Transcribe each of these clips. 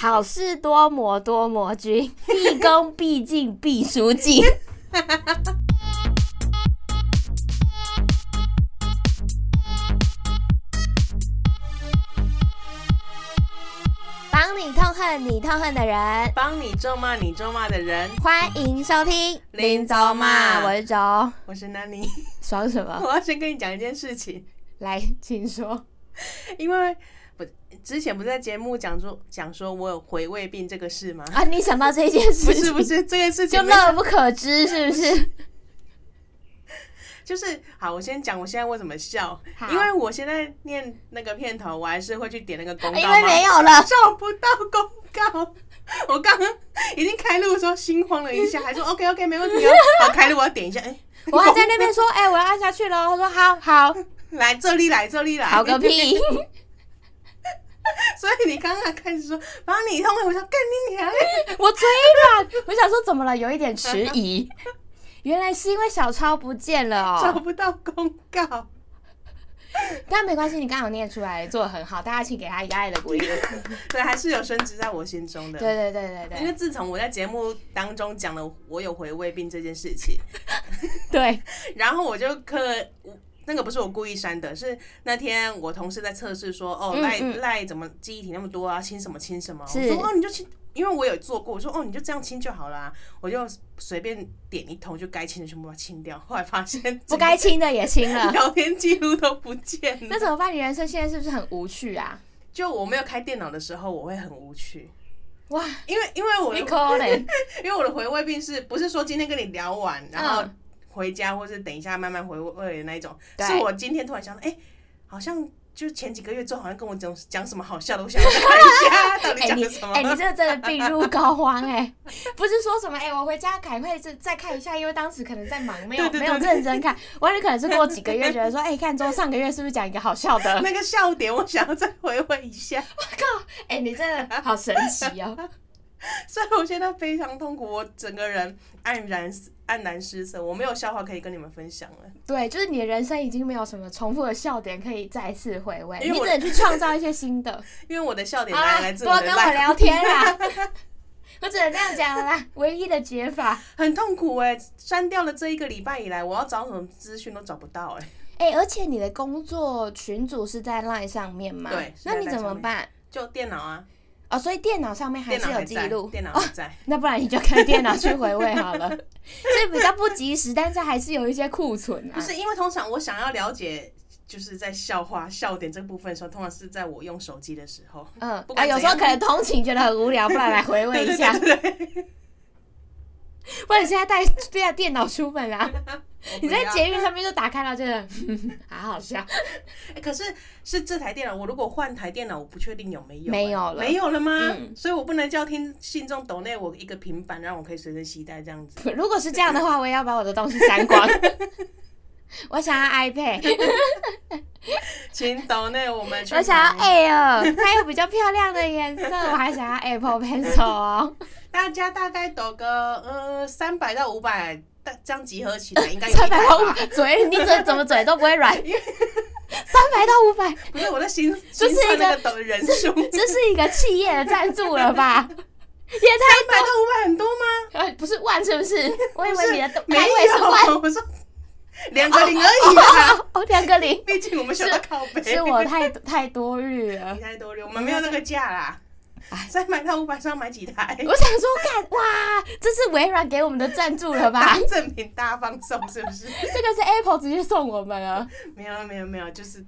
好事多磨多磨君， 毕恭毕敬毕书 尽。帮你痛恨你痛恨的人，帮你咒骂你咒骂的人，欢迎收听林州骂我是周， 我是 Nani。爽什么？我要先跟你讲一件事情，来，请说。因为不之前不是在节目讲说讲说我有回胃病这个 事吗？ 啊，你想到这件不事情，是不是，这个事情就没有乐不可支，是不 是？就是好，我先讲我现在为什么笑好，因为我现在念那个片头，我还是会去点那个公告，因为没有了，找不到公告。 我刚刚已经开录的时候心慌了一下，还说 OK OK 没问题哦。好，开录我要点一下，哎、我还在那边说，哎、我要按下去了。他说好好，来这里来这里来，好个屁！所以你刚刚开始说，然后你痛了，我想干你娘！ 我嘴软，我想说怎么了，有一点迟 疑，原来是因为小抄不见了找哦。不到公告，但没关系，你刚好念出来，做的很好，大家请给他一个爱的鼓 励。对，还是有升值在我心中的。对对对对因对为自从我在节目当中讲了我有回胃病这件事情，对，然后我就刻那个不是我故意删的，是那天我同事在测试说，哦嗯赖嗯赖怎么记忆体那么多啊，亲什么亲什么，我是说哦你就亲，因为我有做过，我说哦你就这样亲就好啦，我就随便点一头就该亲的全部把它亲掉，后来发现不该啊亲的也亲整 个了。聊天记录都不见了那。怎么办？你人生现在是不是很无趣啊？就我没有开电脑的时候，我会很无趣，哇，因为因为我的你可 怜，因为我的回味病是不是说今天跟你聊完，然后嗯回家或是等一下慢慢回味的那一种？对是我今天突然想到，哎、好像就前几个月之后好像跟我讲讲什么好笑的，我想要看 一下到底哎、讲你了什么。哎、你这真的病入膏肓哎、不是说什么哎、我回家赶快再再看一下，因为当时可能在忙，没有对对对没有认真看，我有可能是过几个月觉得说，哎、看周上个月是不是讲一个好笑的？那个笑点，我想要再回味一下， 哎、你真的好神奇哦！所以我现在非常痛苦，我整个人黯然失黯然失色，我没有笑话可以跟你们分享了。对，就是你的人生已经没有什么重复的笑点可以再次回味，因为你我只能去创造一些新的。 因为我的笑点好来啦来，自多我的啊跟我 live 聊天 啦， 我只能这样讲了啦，唯一的解法。很痛苦哎、删掉了这一个礼拜以来，我要找什么资讯都找不到哎、哎、而且你的工作群组是在 LINE 上面吗？对是那在你 LINE 怎么上面办？就电脑啊，哦，所以电脑上面还电脑是有还记在，录。电脑哦，还在。 那不然你就看电脑去回味好了，所以比较不及时，但是还是有一些库存啊不。是因为通常我想要了解，就是在笑话笑点这部分的时候，通常是在我用手机的时候。嗯，不啊，管有怎时候样可能通勤觉得很无聊，不然来回味一下。 对对对对对，不然你现在带带电脑出门啊，我不 你在要捷运上面就打开了，真的 好好笑。欸可是是这台电脑，我如果换台电脑，我不确定有没有、没欸有了没有了吗？嗯所以我不能叫听信众抖内我一个平板，让我可以随身携带这样子。如果是这样的话，我也要把我的东西删光。 我想要 iPad，请抖内我们去我想要买 Air，它有比较漂亮的颜色，我还想要 Apple Pencil 哦，大家大概抖个呃三百到五百，大这样集 合起来应该有三一百百到五吧？百，嘴你嘴怎么嘴都不会软， 三百到五百，不是我 在心，这就是一个那个抖人数，三 这是一个企业的赞助了 吧？也百到五百很多吗？太呃不是万是不是？我以为你的没单位是万有，我说 两个零而已啦。哦，两个零， 毕竟我们小到靠背，是我太太多虑了 你。太多了，我们没有那个价啦。啊三百到五百上买几 台？哎我想说，看哇，这是微软给我们的赞助了 吧？赠品大放送是不是？这个是 Apple 直接送我们了，没有没有没有，就是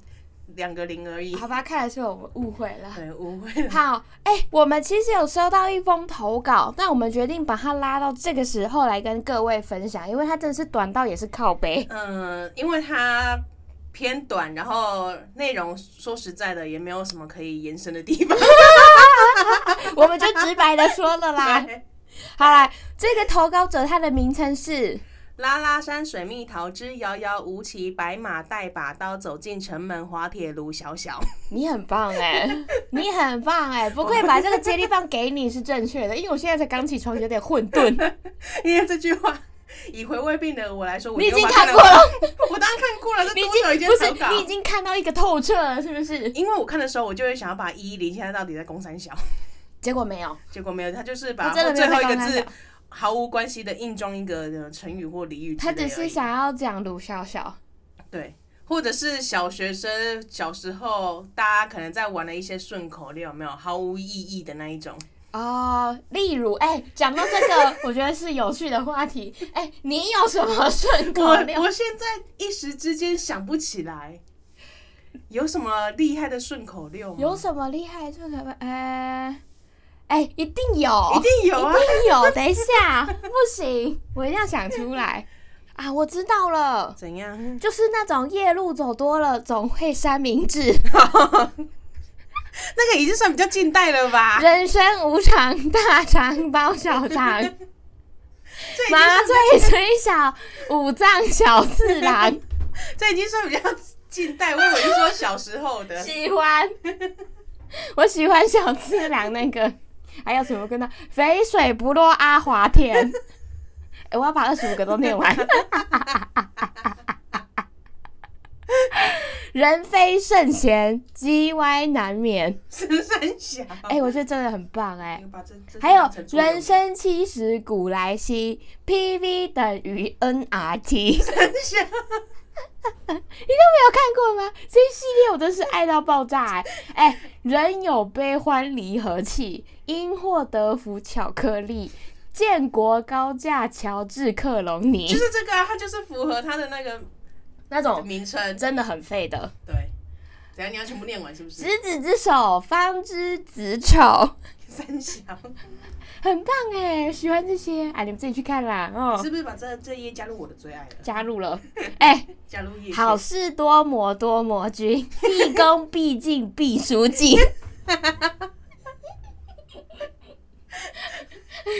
两个零而已。好吧？看来是我们误会了。 对，误会了。好，哎、我们其实有收到一封投稿，但我们决定把它拉到这个时候来跟各位分享，因为它真的是短到也是靠 背。嗯，因为它偏短，然后内容说实在的也没有什么可以延伸的地 方。我们就直白的说了啦， 对好啦，这个投稿者他的名称是拉拉山水蜜桃之遥遥无期，白马带把刀走进城门，滑铁卢小小。 你很棒哎、你很棒哎、不愧把这个接力棒给你是正确的，因为我现在才刚起床，有点混 沌。因为这句话，以回味病的我来说，我你已就经把看它过了， 我当然看过了， 这你已多久以经前不投是稿你？已经看到一个透彻了，是不是？因为我看的时候，我就会想要把一一零现在到底在攻三小，结果没有，结果没有，他就是把他真的没最有后在一个跟他字讲，毫无关系的硬装一个呃成语或俚语之他类只而是已想要讲鲁笑笑，对，或者是小学生小时候大家可能在玩的一些顺口溜，有没有毫无意义的那一种？哦，例如，哎、讲到这 个，我觉得是有趣的话题。哎、你有什么顺我口溜？我现在一时之间想不起来，有什么厉害的顺口溜吗？有什么厉害的顺口溜？呃，哎、一定有，一定有一啊！定有。等一下，不行，我一定要想出来啊！我知道了，怎样？就是那种夜路走多了总会三明治，那个已经算比较近代 了吧？人生无常，大肠包小肠，这已经麻算醉虽小，五脏小四郎。这已经算比较近代。我以为你说小时候 的，喜欢，我喜欢小次郎那个，还有什么跟他肥水不落阿华田。哎、我要把二十五个都念完。人非圣贤，鸡歪难免。十三小。哎、我觉得真的很棒哎、把这这还有当“成座右铭人生七十古来稀 ”，PV 等于 NRT。三小， 你都没有看过吗？这一系列我真是爱到爆炸哎、哎、人有悲欢离合器，因祸得福巧克力，建国高架乔治克隆尼，就是这个啊，它就是符合它的那个那种名称。真的很废的。对，等下你要全部念完是不是？执子之手，方知子丑，三小，很棒哎、喜欢这些哎、你们自己去看啦哦。是不是把这这页加入我的最爱了？加入了，哎、加入页好事多磨多磨君， 毕恭毕敬 毕书尽。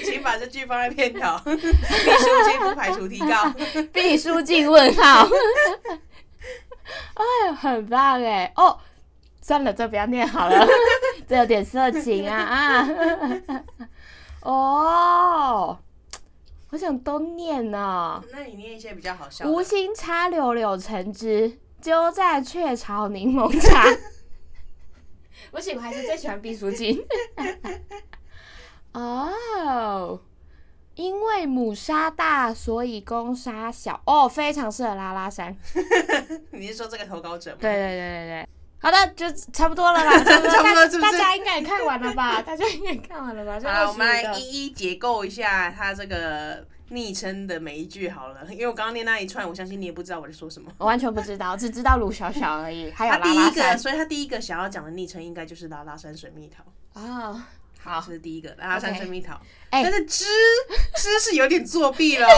请把这句放在片 头，必须进不排除提高。毕书尽问号。 哎，很棒哎！哦，算了，这不要念好了， 这有点色情啊啊！ 哦，我想都念哦呢。那你念一些比较好笑的。无心插柳柳橙汁，鸠占鹊巢柠檬茶。我喜欢还是最喜欢毕书尽。 哦，因为母鲨大，所以公鲨小。哦，非常适合拉拉山。你是说这个投稿者吗？对对对对对。好的，就差不多了啦， 差不多，差不多大是不大是家应该也看完了吧？大家应该也看完了吧？好了，我们来25个一一解构一下他这个昵称的每一句好了，因为我刚刚念那一串，我相信你也不知道我在说什么。我完全不知道，只知道鲁小小而已，还有他拉啊第拉一个，山所以他第一个想要讲的昵称应该就是拉拉山水蜜桃，哦。好，这是第一个拉拉山 OK 水蜜桃。哎但是知知是有点作弊 了哦，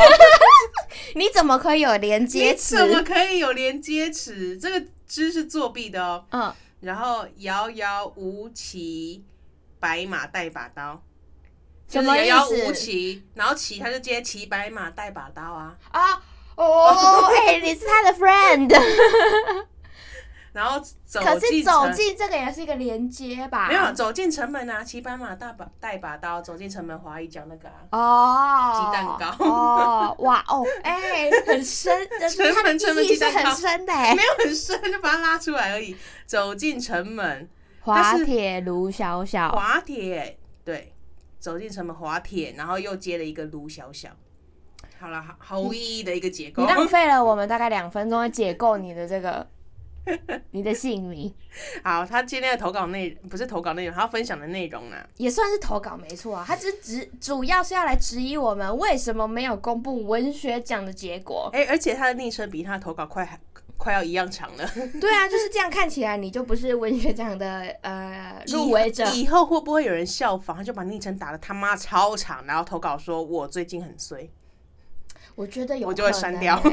你怎么可以有连你接词？怎么可以有连接词？这个知是作弊的哦。嗯，然后遥遥无期，白马带把刀，什就是么遥意遥思无期，然后骑他就接骑白马带把刀啊，啊，哦，哎、你是他的 friend，然后走可是进走城。进这个也是一个连接吧？没有走进城门啊，骑白马带把带把刀走进城门，华一讲那个啊，哦，鸡蛋糕哦，哇哦，哎、很深，城它的门城门意义鸡是蛋糕很深的、哎没有很深，就把它拉出来而已。走进城门，滑铁卢小小，滑铁，对，走进城门滑铁，然后又接了一个卢小小。好了，毫毫无意义的一个结构你。浪费了我们大概两分钟来解构你的这个。 你的姓名 好，他今天的投稿内不是投稿内容，他要分享的内容啊，也算是投稿没错啊，他只是指主要是要来质疑我们为什么没有公布文学奖的结果。哎、而且他的昵称比他的投稿快还快要一样长了。对啊，就是这样看起来你就不是文学奖的呃入围者， 以后会不会有人效仿？他就把昵称打的他妈超长，然后投稿说我最近很衰， 我觉得有我可能欸，就会删掉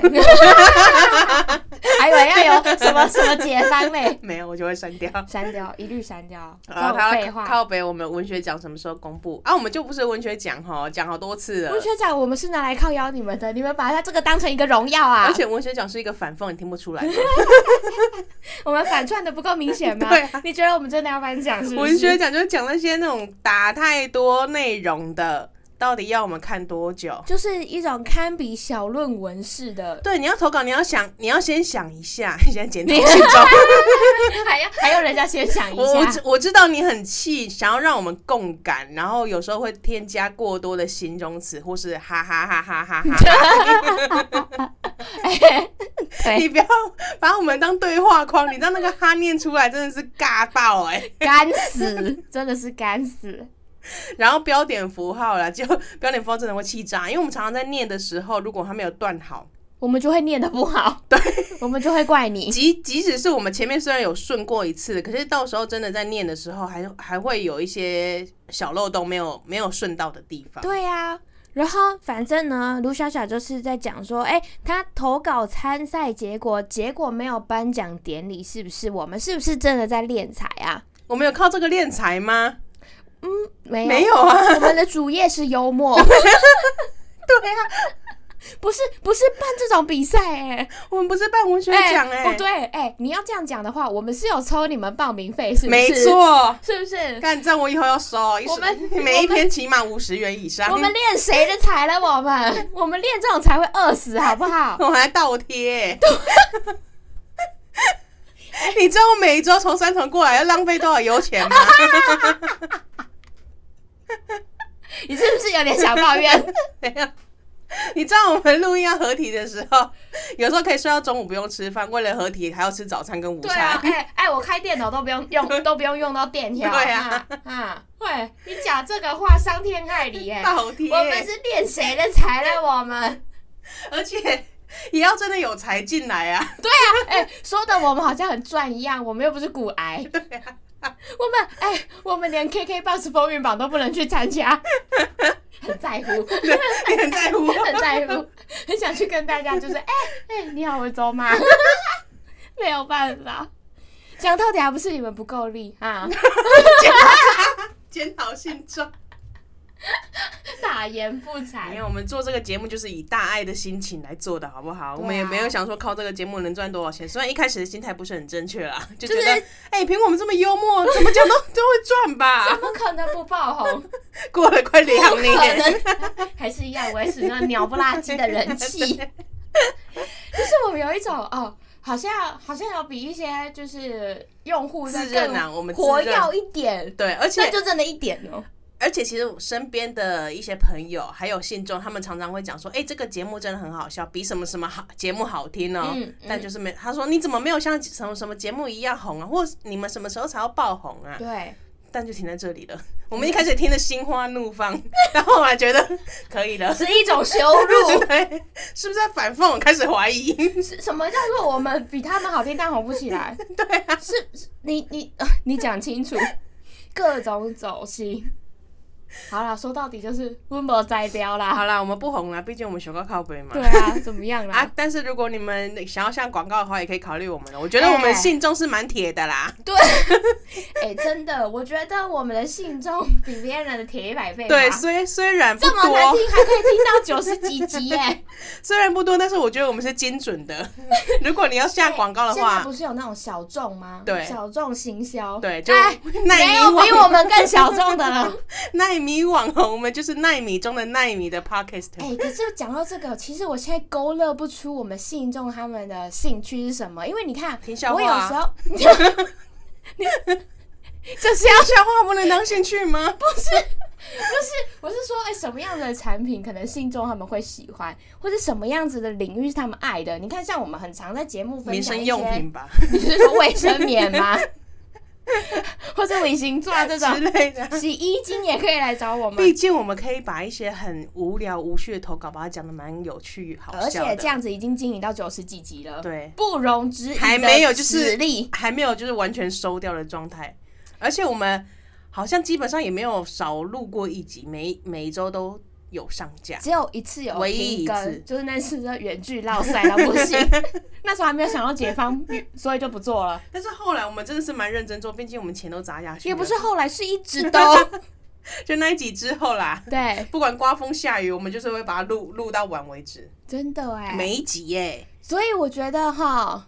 还以为要有什么什么解方嘞，没有我就会删 掉。删掉，一律删掉，这然后种啊他废要话。靠北，我们文学奖什么时候公布啊？我们就不是文学奖哈，讲好多次了文。学奖我们是拿来靠邀你们的，你们把它这个当成一个荣耀啊 而！且文学奖是一个反讽，你听不 出来吗。我们反串的不够明显吗？对啊你觉得我们真的要颁奖是不是？文学奖就是讲那些那种打太多内容的，到底要我们看多久？就是一种堪比小论文式 的，对，你要投稿，你要想，你要先想一下， 你先检讨心中。还要还要人家先想一我我下知。我知道你很气，想要让我们共感，然后有时候会添加过多的形容词，或是哈哈哈哈哈哈。你不要把我们当对话框，你让那个哈念出来真的是尬到哎、 干死，真的是干死。然后标点符号啦，就 标点符号真的会气炸，因为我们常常在念的时候，如果它没有断好，我们就会念的不 好，对，我们就会怪你。即即使是我们前面虽然有顺过一次，可是到时候真的在念的时候还，还会有一些小漏洞没有没有顺到的地方。对呀、然后反正呢，卢小小就是在讲说，哎，他投稿参赛结果，结果没有颁奖典礼，是不是？我们是不是真的在敛财啊？我们有靠这个练财吗？没有，没有啊，我们的主业是幽 默。啊对啊，不是不是办这种比赛哎、我们不是办文学哎奖哎、不对哎、你要这样讲的话，我们是有抽你们报名费，是不是？没，错。是不是？干这样我以后要收，一我们 每一我们篇起码五十元以上。我们练谁的财了？我们 我们练这种才会饿死，好不好？我还倒贴。 你知道我每一周从三重过来要浪费多少油钱吗？ 你是不是有点想抱怨？等一下 你知道我们录音要合体的时候，有时候可以睡到中午不用吃饭，为了合体还要吃早餐跟 午对啊 餐，。哎、哎，我开电脑都不用用，都不用用到电条。对啊啊，啊 喂，你讲这个话伤天害理哎、倒贴，我们是练谁的财了？我们而且也要真的有才进 来啊！ 对啊，哎、说的我们好像很赚一样，我们又不是骨癌。对啊，我们哎、我们连 KKBOX 风云榜都不能去参 加，很在乎，你很在乎。很在乎， 很想去跟大家就是哎哎、你好，我是周妈， 没有办法，讲到底还不是你们不够力啊， 检讨性重， 大言不没惭。有，我们做这个节目就是以大爱的心情来做的，好不对啊好？我们也没有想说靠这个节目能赚多少钱，虽然一开始的心态不是很 正确啦，就觉是得哎，凭、我们这么幽默，怎么讲都都会赚怎 吧。么可 能不爆红？过了快不两可年，能， 还是一样维持那鸟不拉几的人 气。就是我们有一种哦，好像好像有比一些就是用户在自认啊我更们自活认跃一点，对，而那且就真的一点哦。而且，其实我身边的一些朋友还有信众，他们常常会讲说：“哎、这个节目真的很好笑，比什么什么好节目好听哦。嗯嗯但就是没，他说：“你怎么没有像什么什么节目一样红啊？或是你们什么时候才要爆红啊对，？”但就停在这里了。我们一开始听的心花怒放， 然后我还觉得可以 了。是一种羞辱。 对，是不是在反讽？我开始怀 疑。是什么叫做我们比他们好听但红不起来？ 对啊，是是你你、 呃你讲清 楚，各种走心。好啦，说到底就是温博摘雕啦。好啦，我们不红了，毕竟我们学过靠背嘛。对啊，怎么样啦？啊，但是如果你们想要下广告的话，也可以考虑我们了。我觉得我哎们信众是蛮铁的啦。对， 哎、真的，我觉得我们的信众比别人的铁一百倍吧。对，虽虽然不啊这么难多，听还可以听到九十几集耶、 虽然不多，但是我觉得我们是精 准的。如果你要下广告的哎现在话，不是有那种小众吗？对小众行销。对，就哎耐没米有比我网们更小众的了。耐米网红，我们就是耐米中的耐米的 podcast。哎、可是讲到这个，其实我现在勾勒不出我们信众他们的兴趣是什么，因为你看，听笑我话有时啊，候，你哎就是要笑话不能当兴趣吗？不是不是，我是说，哎、什么样的产品可能信众他们会喜欢，或者什么样子的领域是他们爱的？你看，像我们很常在节目分 民享生一用些，品吧你是说卫生棉吗？ 或者旅行钻啊这之种类的。洗衣精也可以来找我们毕。竟我们可以把一些很无聊无趣的投稿，把它讲的蛮有趣、好而笑且这的。样子已经经营到九十几集了，对，不容置疑的还没有就是实力。还没有就是完全收掉的状态，而且我们好像基本上也没有少录过一集，每每一周都有上架。只有一次有唯一停一更次就是那次的远距绕赛到不行，那时候还没有想到解放，所以就不做了。但是后来我们真的是蛮认真做，毕竟我们钱都砸下去了，也不是后来是一直 都就那一集之后啦，对，不管刮风下雨，我们就是会把它录录到完为止，真的哎、每一集耶、所以我觉得哈，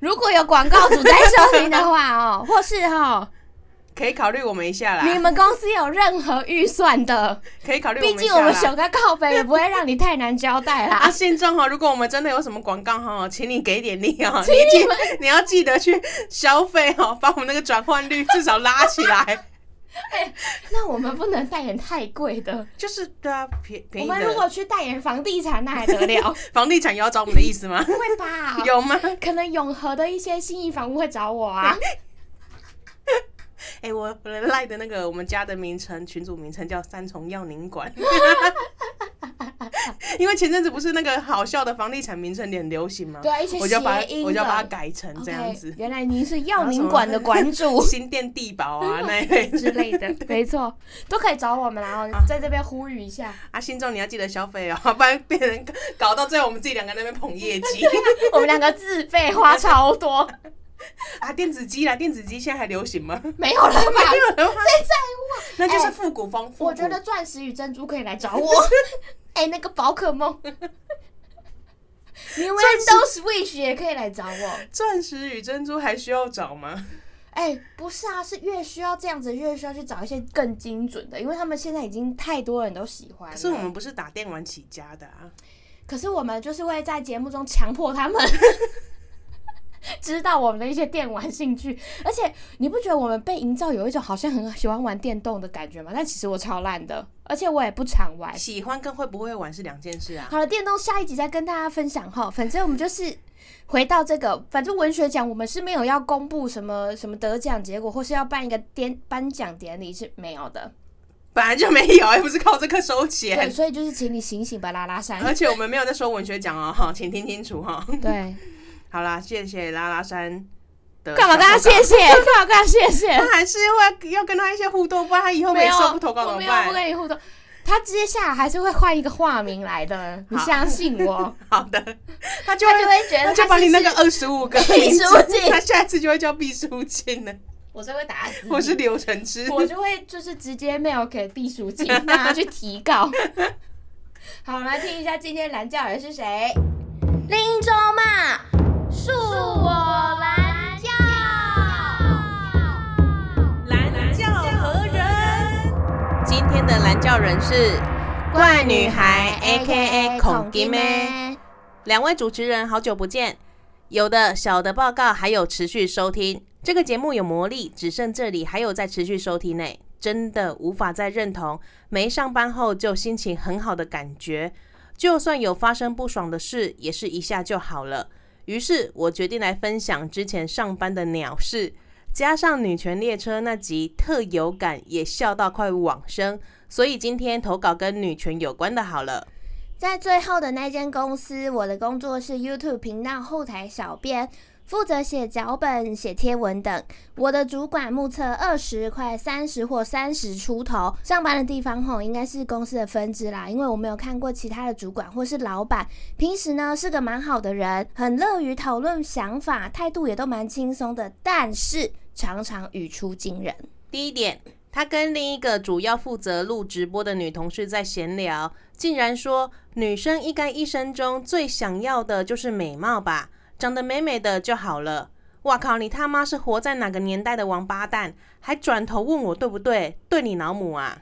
如果有广告主在收听的话哦，或是哈，可以考虑我们一下你啦，们公司有任何预算的？可以考虑我毕们一竟我下们啦。选个靠背也不会让你太难交代 啊，啦。信众哈，如果我们真的有什么广告哈，请你给点力啊，请你你记们你要记得去消费哦，把我们那个转换率至少拉起来。那我们不能代言太贵的。就是对啊，便便我宜们如的果去代言房地产，那还 得了？房地产也要找我们的意思 吗？不会吧？有吗？可能永和的一些信义房屋会找我啊。哎、我我的赖的那个我们家的名称，群组名称叫三重药宁馆。 因为前阵子不是那个好笑的房地产名称也很流行吗？对啊，一些我就把谐音我就把它的。改成这样子 OK，原来您是药宁馆的馆 主新店地堡 啊那一类的之类的，没错，都可以找我们啦，然后在这边呼吁一下，啊，信众你要记得消费哦，不然变成搞到最后我们自己两个在那边捧业绩 我们两个自费花超多，啊！电子机啦，电子机现在还流 行吗？没有了吧？ 那就是复古风。复古哎我觉得钻石与珍珠可以来找 我。哎、那个宝可梦，Nintendo Switch 也可以来找我。钻石与珍珠还需要找吗？哎、不是啊，是越需要这样子，越需要去找一些更精准的，因为他们现在已经太多人都喜欢了。可是我们不是打电玩起家的啊。可是我们就是会在节目中强迫他们 知道我们的一些电玩兴趣，而且你不觉得我们被营造有一种好像很喜欢玩电动的感觉吗？但其实我超烂的，而且我也不常玩。喜欢跟会不会玩是两件事啊。好了，电动下一集再跟大家分享哈。反正我们就是回到这个，反正文学奖我们是没有要公布什么什么得奖结果，或是要办一个典颁奖典礼是没有的。本来就没有，哎也不是靠这个收对，钱。所以就是请你醒醒吧，拉拉山。而且我们没有在说文学奖哦，哈，请听清楚哈。对，好啦，谢谢拉拉山的。 干嘛跟他谢？谢？干嘛跟他谢谢？他还是会要跟他一些互动，不然他以后没没有，收不投稿我怎么没有不办？跟你互动。他接下来还是会换一个化名来的，你好相信我，好 的，他 就他会就会觉那得就他把你是那个二十五个 毕名书字，尽他下一次就会叫毕书尽了，我就会打死你，或是柳橙汁。我就会就是直接 mail 给毕 书尽，让他去提告。 好，我们来听一下今天蓝教人是谁？林州嘛，恕我蓝教。蓝教何人？今天的蓝教人是怪女孩 A K A 孔金妹。两位主持人好久不见，有的小的报告，还有持续收听。这个节目有魔力，只剩这里还有在持续收听呢，真的无法再认同没上班后就心情很好的感觉。就算有发生不爽的事，也是一下就好了。于是我决定来分享之前上班的鸟事，加上女权列车那集特有感，也笑到快往生。所以今天投稿跟女权有关的，好了。在最后的那间公司，我的工作是 YouTube 频道后台小编，负责写脚本、写贴文等。我的主管目测二十快三十或三十出头。上班的地方吼，应该是公司的分支啦，因为我没有看过其他的主管或是老板。平时呢是个蛮好的人，很乐于讨论想法，态度也都蛮轻松的，但是常常语出惊人。第一点，她跟另一个主要负责录直播的女同事在闲聊，竟然说女生应该一生中最想要的就是美貌吧，长得美美的就好了。哇靠！你他妈是活在哪个年代的王八蛋？还转头问我对不对？对你老母啊！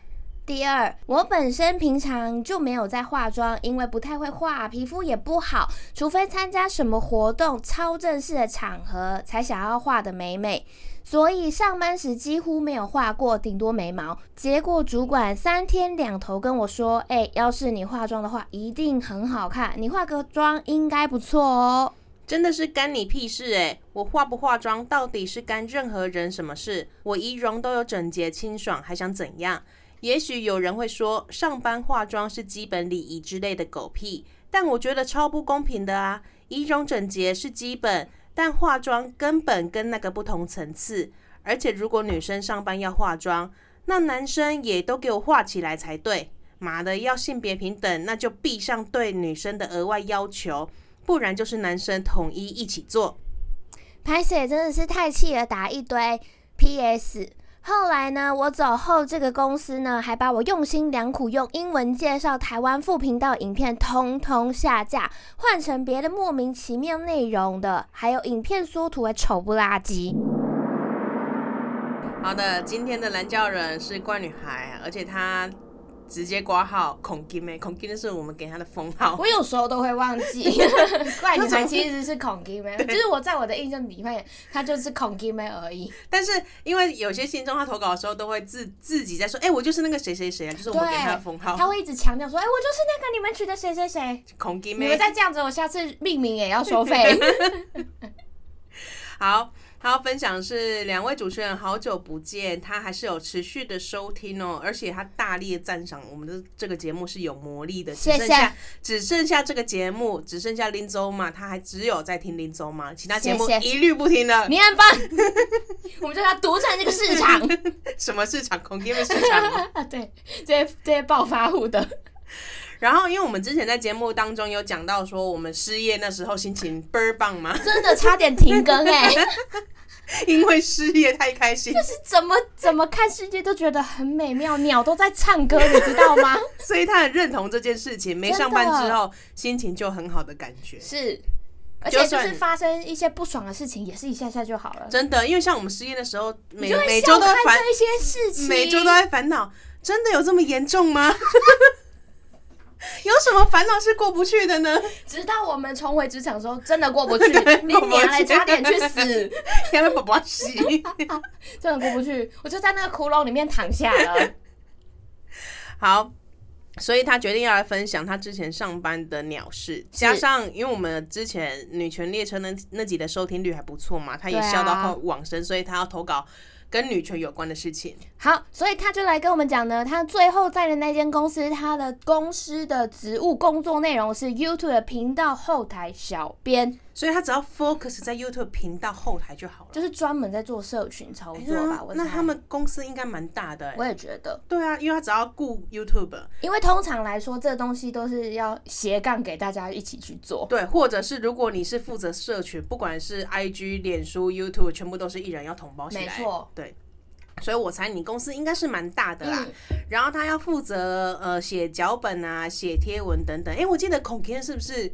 第二，我本身平常就没有在化妆，因为不太会化，皮肤也不好，除非参加什么活动、超正式的场合才想要画的美美。所以上班时几乎没有画过，顶多眉毛。结果主管三天两头跟我说：“哎、要是你化妆的话，一定很好看，你化个妆应该不错哦。”真的是干你屁事哎、我化不化妆到底是干任何人什么事？我仪容都有整洁清爽，还想怎样？也许有人会说，上班化妆是基本礼仪之类的狗屁，但我觉得超不公平的啊！仪容整洁是基本，但化妆根本跟那个不同层次。而且如果女生上班要化妆，那男生也都给我化起来才对。妈的，要性别平等，那就闭上对女生的额外要求。不然就是男生统一一起做。拍摄真的是太气了，打一堆 PS。后来呢，我走后，这个公司呢还把我用心良苦用英文介绍台湾副频道影片，通通下架，换成别的莫名其妙内容的，还有影片缩图还丑不拉几。好的，今天的蓝教人是怪女孩，而且她直接挂号孔金妹，孔金是我们给她的封号 我。有时候都会忘 记，怪女孩其实是孔金妹，就是我在我的印象里面，她就是孔金妹而已。但是因为有些听众他投稿的时候都会自自己在说，哎、我就是那个谁谁谁啊，就是我们给他的封她号会一直强调说：“哎、我就是那个你们取的谁谁谁。孔金”你妹们。再这样子，我下次命名也要收 费。好，他要分享的是两位主持人好久不见，他还是有持续的收听哦，而且他大力地赞赏我们的这个节目是有魔力的。只谢谢剩下只剩下这个节目，只剩下林州嘛，他还只有在听林州嘛，其他节目谢一律不听了。你很棒，我们就要独占这个市场。啊什么市场？空间的市场吗。对，这些这些暴发户的，然后，因为我们之前在节目当中有讲到说，我们失业那时候心情倍儿棒嘛， 真的差点停 更哎、因为失业太开心，是怎么怎么看世界都觉得很美妙，鸟都在唱歌，你知道吗？所以他很认同这件事情。没上班之后，心情就很好的感 觉。是，而就且就算是发生一些不爽的事情，也是一下下就好了。真的，因为像我们失业的时候，每你就每会周笑都在看烦，这些事情，每周都在烦恼，真的有这么严重吗？ 有什么烦恼是过不去的呢？直到我们重回职场的时候，真的过不去 对，你过不去娘嘞，差点去死，天哪，宝宝洗。 真的过不去，我就在那个窟窿里面躺下了。好，所以他决定要来分享他之前上班的鸟事，加上因为我们之前女权列车那那集的收听率还不错嘛，他也对啊笑到后往生，所以他要投稿跟女权有关的事情。 好，所以他就来跟我们讲呢，他最后在的那间公司，他的公司的职务工作内容是 YouTube 的频道后台小编，所以他只要 focus 在 YouTube 频道后台就好了。就是专门在做社群操哎作吧那。我那猜他们公司应该蛮大的、啊我欸，也觉得，对啊，因为他只要顾 YouTube，因为通常来说，这东西都是要斜杠给大家一起去做。对，或者是如果你是负责社群，不管是 IG、脸书、YouTube，全部都是一人要统包起来，没错，对。所以我猜你公司应该是蛮大的啦，然后他要负责呃写脚本啊、写贴文等等。哎、我记得孔天是不是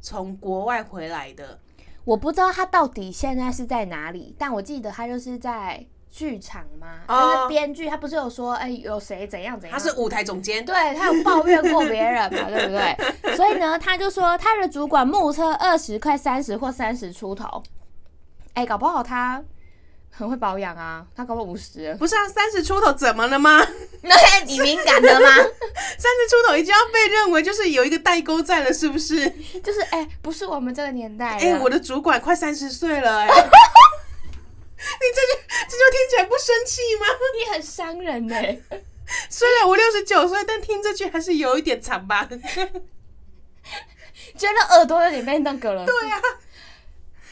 从国外回来的？我不知道他到底现在是在哪里，但我记得他就是在剧场嘛，哦就是编剧，他不是有说，哎、有谁怎样怎他样，是舞台总监，对他有抱怨过别人嘛，对不对？所以呢，他就说他的主管目测二十快三十或三十出头，哎、搞不好他很会保养啊，他搞不好五十，不是啊？三十出头怎么了吗？ 三那你敏感的吗？十出头已经要被认为就是有一个代沟在了，是不是？ 就是哎、不是我们这个年代，啊哎、我的主管快三十岁了、哎，你这就这就听起来不生气吗？ 你很伤人哎、虽然我六十九岁，但听这句还是有一点惨吧。 啊觉得耳朵有点被那个了。对呀、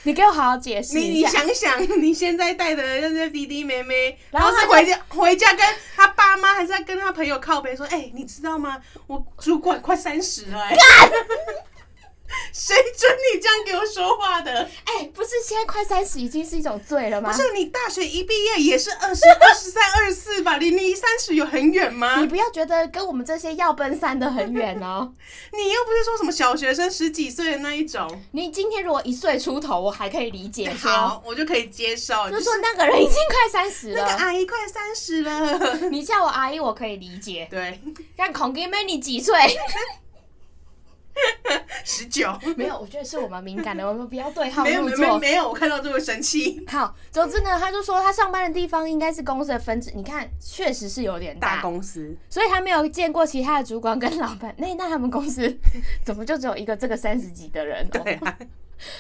你给我好好解释你你一下。想想，你现在带的那些弟弟妹妹， 然后他是他就回家回家跟他爸妈，还是在跟他朋友靠背说：“哎、你知道吗？我主管快三十了、哎， 谁准你这样给我说话 的？哎、不是现在快三十已经是一种罪了吗不？是你大学一毕业也是二十、 二十三、二十四吧？离离三十有很远吗？你不要觉得跟我们这些要奔三的很远哦。 你又不是说什么小学生十几岁的那一种，你今天如果一岁出头，我还可以理解说，好，我就可以接受。就就是说那个人已经快三十那个了。阿姨快三十了， 你叫我阿姨，我可以理解。对，但孔弟妹，你几 岁？十九，没有，我觉得是我们敏感的，我们不要对号没有入没有没有座。没有，我看到这么生 气。好，总之呢，他就说他上班的地方应该是公司的分支，你看确实是有点大，公司，所以他没有见过其他的主管跟老板。那那他们公司 怎么就只有一个这个三十几的人、对哦？啊，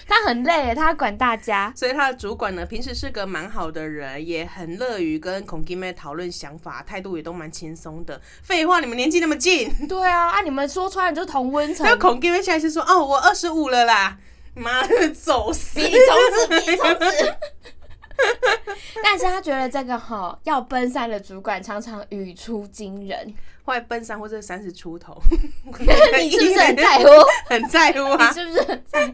他很累耶，他要管大家。 所以他的主管呢，平时是个蛮好的人，也很乐于跟孔弟妹讨论想法，态度也都蛮轻松的。废话，你们年纪那么 近，对啊，啊，你们说穿了就是同温层那，孔弟妹现在是说，哦，我二十五了啦，妈的，走 死！ 比你中指，比你中指。 但是他觉得这个哈要奔三的主管常常语出惊人， 快奔三或者三十出 头，你是不是很在乎？ 很在乎啊你！是不是 很在乎？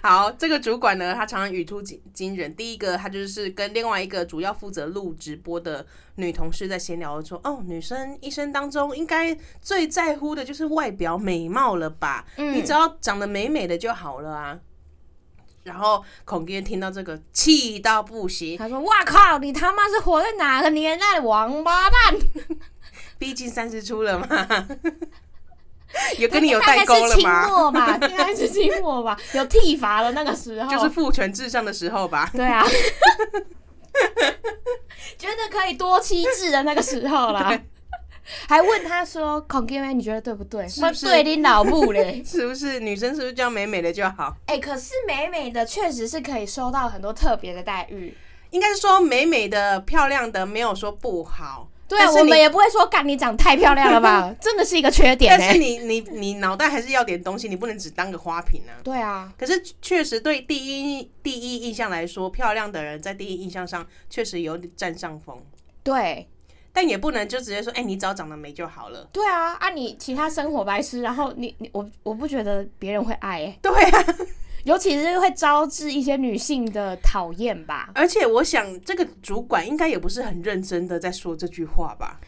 好，这个主管呢，他常常语出惊惊人。第一个，他就是跟另外一个主要负责录直播的女同事在闲聊说：“哦，女生一生当中应该最在乎的嗯就是外表美貌了吧？你只要长得美美的就好了啊。”然后孔爹听到这个气到不行，他说：“哇靠，你他妈是活在哪个年代的王八蛋？毕竟三十出了嘛， 有大跟概你有代沟了是清吗？末 吧，应该是清末吧，有剃发的那个时候，就是父权至上的时候吧。 对啊， 觉得可以多妻制的那个时候啦对。还问他说：“孔爹妹，你觉得对不对？是不是？我对你老母 嘞是不是女生是不是这样美美的就好？哎、可是美美的确实是可以收到很多特别的待遇。应该是说美美的、漂亮的，没有说不好。对但啊，是我们你也不会说干你长太漂亮了 吧，真的是一个缺点欸但呢、是你你你脑袋还是要点东西，你不能只当个花瓶啊。对啊，可是确实对第一第一印象来说，漂亮的人在第一印象上确实有点占上风，对但也不能就直接说，哎、你只要长得美就好了。 对啊啊！你其他生活白痴，然后你你我我不觉得别人会爱、欸，对啊，尤其是会招致一些女性的讨厌吧。而且我想这个主管应该也不是很认真的在说这句话吧，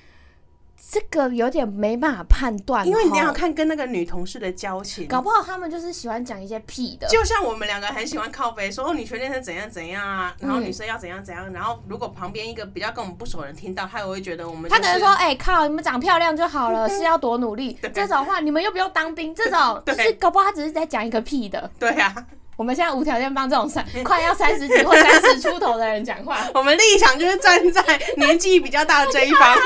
这个有点没办法判断哦，因为你要看跟那个女同事的交情。啊搞不好他们就是喜欢讲一些屁的，就像我们两个很喜欢靠背，说哦，女权练成怎样怎样啊，然后嗯女生要怎样怎样，然后如果旁边一个比较跟我们不熟的人听到，他也会觉得我们、就他是、可能说：“哎、靠，你们长漂亮就好 了，是要多努力。”这种话你们又不用当兵，这种就对是搞不好他只是在讲一个屁的。对啊， 我们现在无条件帮这种三快要三十几或三十出头的人讲话， 我们立场就是站在年纪比较大的这一方，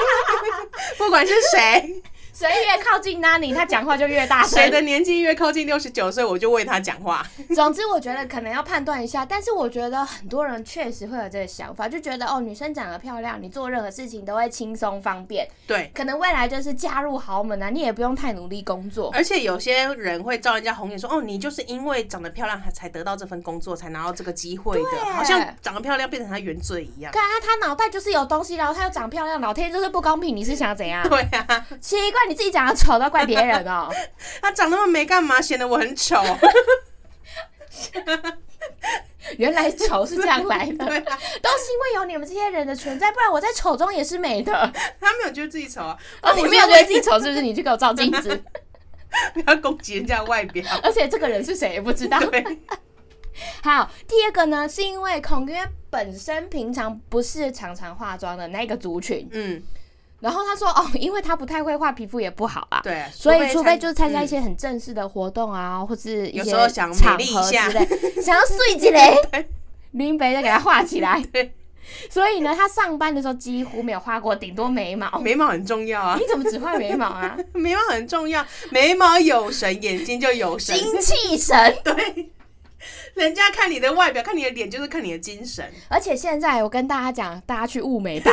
不管是谁， 谁越靠近 Nani，他讲话就越大谁声。的年纪越靠近六十九岁，我就为他讲话。总之，我觉得可能要判断一下，但是我觉得很多人确实会有这个想法，就觉得哦，女生长得漂亮，你做任何事情都会轻松方便，对，可能未来就是嫁入豪门啊，你也不用太努力工作。而且有些人会照人家红眼说，哦，你就是因为长得漂亮，才得到这份工作，才拿到这个机会对的，好像长得漂亮变成他原罪一样。看啊，她脑袋就是有东西，然后她又长漂亮，老天就是不公平，你是想怎样？对啊，奇怪，你自己长得丑，都怪别 人哦。他啊长那么美干嘛？显得我很丑。原来丑是这样来的，都是对啊，因为有你们这些人的存在，不然我在丑中也是美的。 他没有觉得自己丑啊，哦，你没有觉得自己丑是不是？你去给我照镜子， 不要攻击人家的外表。而且这个人是谁也不知道。对，好，第二个呢，是因为孔曰本身平常不是常常化妆的那个族群，嗯，然后他说哦，因为他不太会画，皮肤也不好啊。对啊，所以，除非就是参加一嗯些很正式的活动啊，或是一有些时候想美场丽一合下 之类，想要睡起来， 林北就给他画起来。 所以呢，他上班的时候几乎没有画过，顶多眉毛。哦眉毛很重要啊， 你怎么只画眉毛啊？眉毛很重要，眉毛有神，眼睛就有神。精气神！对，人家看你的外表，看你的脸，就是看你的精神。而且现在我跟大家讲，大家去雾眉 吧，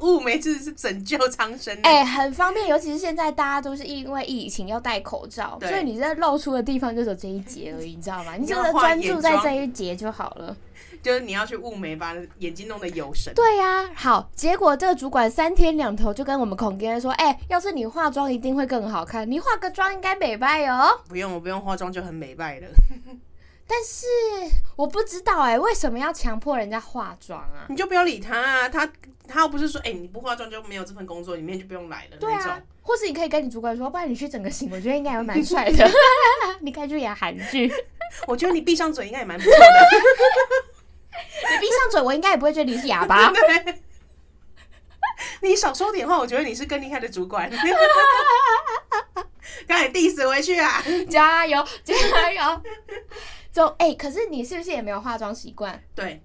雾眉真的是拯救苍生。哎、很方便，尤其是现在大家都是因为疫情要戴口罩，对所以你在露出的地方就只有这一节而已，你知道吗？你你就要是画专眼注在妆这一节就好了。就是你要去雾眉，把眼睛弄得有神。对呀、好，结果这个主管三天两头就跟我们孔爹说，哎、要是你化妆一定会更好看，你化个妆应该美白哦。不用，我不用化妆就很美败了。但是我不知道哎、为什么要强迫人家化妆啊？你就不要理他啊，他他又不是说，哎、你不化妆就没有这份工作，里面就不用来了对那啊种。，或是你可以跟你主管说，不然你去整个型，我觉得应该也蛮帅 的，你可以去演韩 剧。我觉得你闭上嘴应该也蛮不错的。你闭上嘴，我应该也不会觉得你是哑 巴。对你少说点话，我觉得你是更厉害的主管。 刚才 diss 回去啊！ 加油，加油！ 就哎、可是你是不是也没有化妆习惯？对，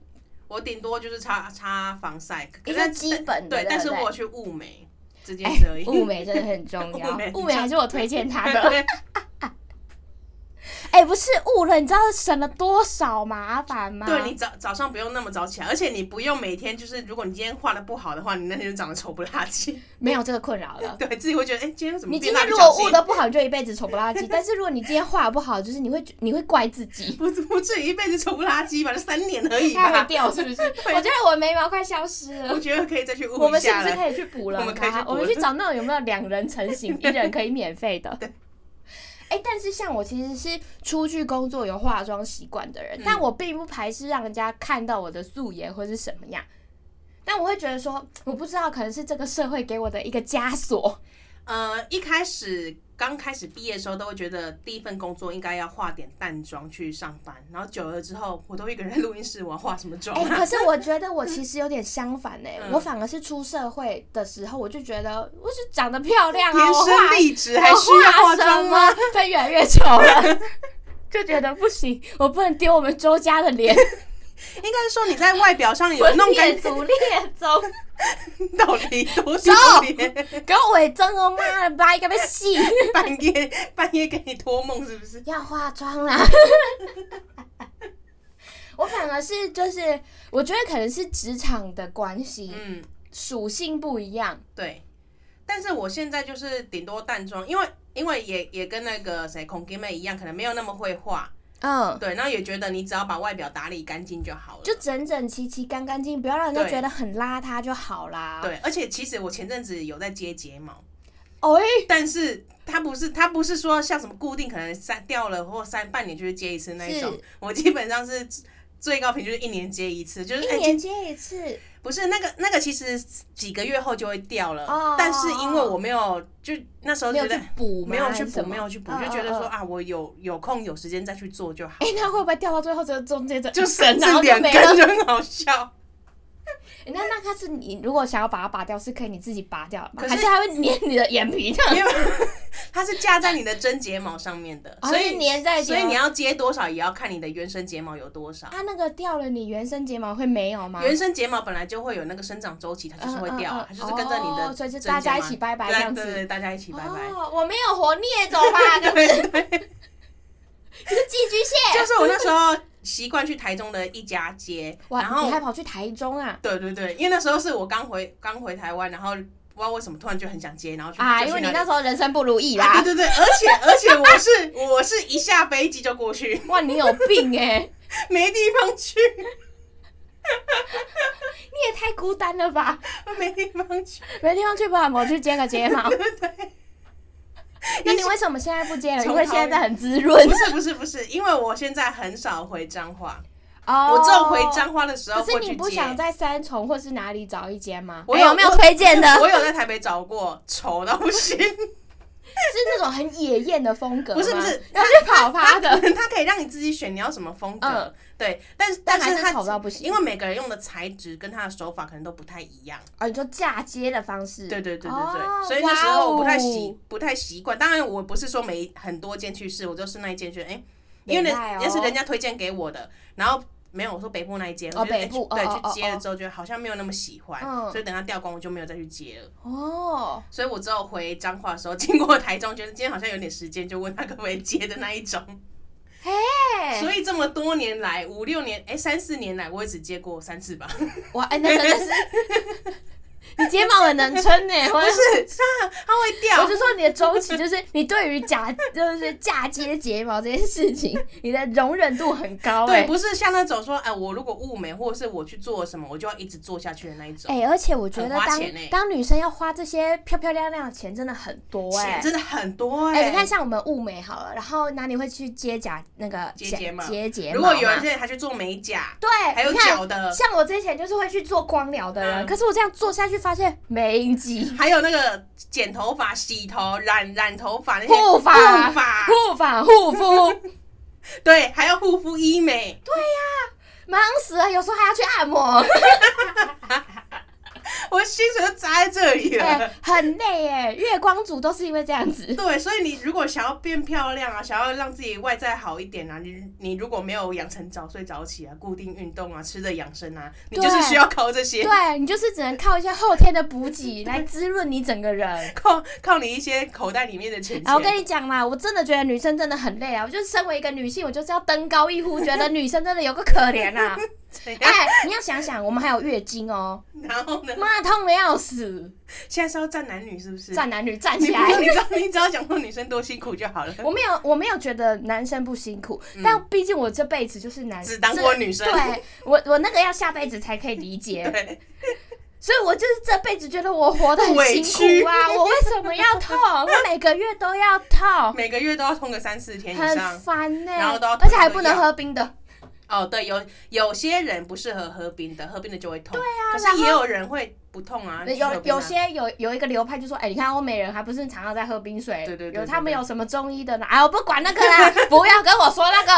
我顶多就是擦擦防晒，可一是个基本的对，对但不是对我有去雾眉这件哎事而已。雾眉真的很 重雾 要眉很，重雾眉啊还是我推荐他的。 对哎、不是误了，你知道省了多少麻烦吗？对你早早上不用那么早起来，而且你不用每天就是，如果你今天画的不好的话，你那天就长得丑不拉几，没有这个困扰了。对自己会觉得，哎、今天怎么你今变蜡天笔如果小悟新？的不好，你就一辈子丑不拉几。但是如果你今天画得不好，就是你会你会怪自己，不 不至于一辈子丑不拉几吧，就三年而已它还吧 没。掉 是不是？我觉得我眉毛快消失我了。觉得可以再去我雾一们是下不是了。可以去补了它？我们可以去补了我们去找那种有没有两人成 型，一人可以免费的。对哎、但是像我其实是出去工作有化妆习惯的人，嗯但我并不排斥让人家看到我的素颜或是什么 样。但我会觉得说，我不知道，可能是这个社会给我的一个枷锁。呃，一开始刚开始毕业的时候，都会觉得第一份工作应该要化点淡妆去上班，然后久了之后，我都一个人在录音室，我要化什么妆哎、啊？可是我觉得我其实有点相反欸哎、嗯我反而是出社会的时候，我就觉得我是长得漂哦亮啊，天我生化丽质 还需要化妆吗？？他越来越丑了， 就觉得不行，我不能丢我们周家 的脸，应该说你在外表上 有弄干脸足裂 中。净，到底多少年？给我伪装哦，妈的，把一个被戏，半夜半夜给你托梦是不是？ 要化妆 啦。我反而是就是，我觉得可能是职场的关系，嗯，属性不一样。对。但是我现在就是顶多淡妆，因为因为也也跟那个谁孔弟妹一样，可能没有那么会画，嗯，对，然后也觉得你只要把外表打理干净就好了。就整整齐齐、干干净，不要让人家对觉得很邋遢就好啦。，对，而且其实我前阵子有在接睫毛，哦、但是它不是它不是说像什么固定，可能三掉了或三半年就去接一次那一种是。我基本上是最高频就是一年接一次，就是一哎年接一次，不是那个那个，其实几个月后就会掉了。哦但是因为我没有，就那时候没觉有去得补吗，没有去还是什补，么没有去补，嗯就觉得嗯说嗯啊，我有有空有时间再去 做就好。哎、那会不会掉到最后只有中间这就省，省然这后就两没了根？ 就很好笑。欸那那它是你如果想要把它拔掉，是可以你自己拔掉的吗？可是还是它会粘你的眼皮这样？因为它是架在你的真睫毛上面的， 所以哦是粘在睫所毛以你要接多少，也要看你的原生睫毛有多少。啊，那个掉了，你原生睫毛会没有吗？原生睫毛本来就会有那个生长周期，它就是会掉嗯嗯啊嗯，它就是跟着你的哦真睫毛，所以就大家一起拜拜对啊这样子对对，大家一起拜拜。哦，我没有活，你也走吧，这不是 对对，是寄居蟹。就是我那时候习惯去台中的一家街， 哇，然后你还跑去台中啊？对对对，因为那时候是我刚回刚回台湾，然后不知道为什么突然就很想接，然后去啊，就去因为你里那时候人生不如意啊啦！对对对，而且而且我是我是一下飞机就过去，哇，你有病哎、没地方去， 你也太孤单了吧？没地方去，没地方去吧，我去接个睫 毛。那你为什么现在不接了？从因为头现在很滋润不是不是不是，因为我现在很少回彰化，哦。 我只有回彰化的时候可是会去你接。不想在三重或是哪里找一间吗？我哎有没有我推荐的？ 我有在台北找过，丑到不 行。是那种很野艳的风格吗，不是不是要去跑 趴的。它可以让你自己选你要什么风格，嗯对，但是但还是是它丑到不行因为每个人用的材质跟他的手法可能都不太一样，哦，你说嫁接的方式，对对对对对，哦所以那时候我不太习、哇哦不太习惯。当然我不是说每很多间去试，我就是那一间去，哎、因为美人奈哦那是人家推荐给我的，然后。没有，我说北部那一间，哦我觉得北部哎去哦哦对，去接哦了哦之后，觉得好像没有那么喜欢，嗯所以等它掉光，我就没有再去接了。哦，所以我只有回彰化的时候，经过台中，觉得今天好像有点时间，就问他可不可以接的那一 种。嘿，所以这么多年来，五六年，哎、三四年来，我也只接过三次吧。哇，哎、那真的是， 你睫毛很能撑呢、不我 是，它它会掉我。就说你的周期就是你对于假就是嫁接睫毛这件事情，你的容忍度很高、对，哎。不是像那种说，哎、我如果雾眉，或者是我去做什么，我就要一直做下去的那一种。哎、而且我觉得很花当、钱欸当女生要花这些漂漂亮亮的钱，真的很多哎、钱真的很多哎、哎、你看，像我们物美好了，然后哪里会去接假那个接睫毛接睫毛嘛？啊如果有人现在还去做美甲，对，还有你看脚的像我之前就是会去做光疗的嗯人，可是我这样做下去发现没几还有那个剪头发、洗头、染染头发那些护发、护发，护发、护肤， 对，还有护肤医美。忙死了，有时候还要去按摩，我薪水都砸在这里了。哎，很累哎。月光族都是因为这样子，对，所以你如果想要变漂亮啊，想要让自己外在好一点啊，你你如果没有养成早睡早起啊、固定运动啊、吃的养生啊，你就是对需要靠这些，对你就是只能靠一些后天的补给来滋润你整个人。靠靠你一些口袋里面的钱啊，我钱。跟你讲啦，我真的觉得女生真的很累啊！我就是身为一个女性，我就是要登高一呼，觉得女生真的有个可怜啊！怎样 哎、你要想想，我们还有月经哦， 然后呢？妈痛的要死，现在是要站男女是不是？站男女站你起不来。要，你知道 你只要讲说女生多辛苦就好了。我没有，我没有觉得男生不辛苦，嗯但毕竟我这辈子就是男，只当过女生这对我，我那个要下辈子才可以理解，对，所以我就是这辈子觉得我活得 很委屈辛苦啊！我为什么要痛？我每个月都要 痛，每个月都要痛个三四天以很上，烦呢、然后都要而且囤还着不能药喝冰的，哦，对，有有些人不适合喝冰的，喝冰的就会痛。对啊，可是也有人会不痛啊。去喝有冰啊有些有有一个流派就说，哎、你看欧美人还不是常常在喝冰水？对对对对有他们有什么中医的呢？哎，我不管那个啦，不要跟我说那个。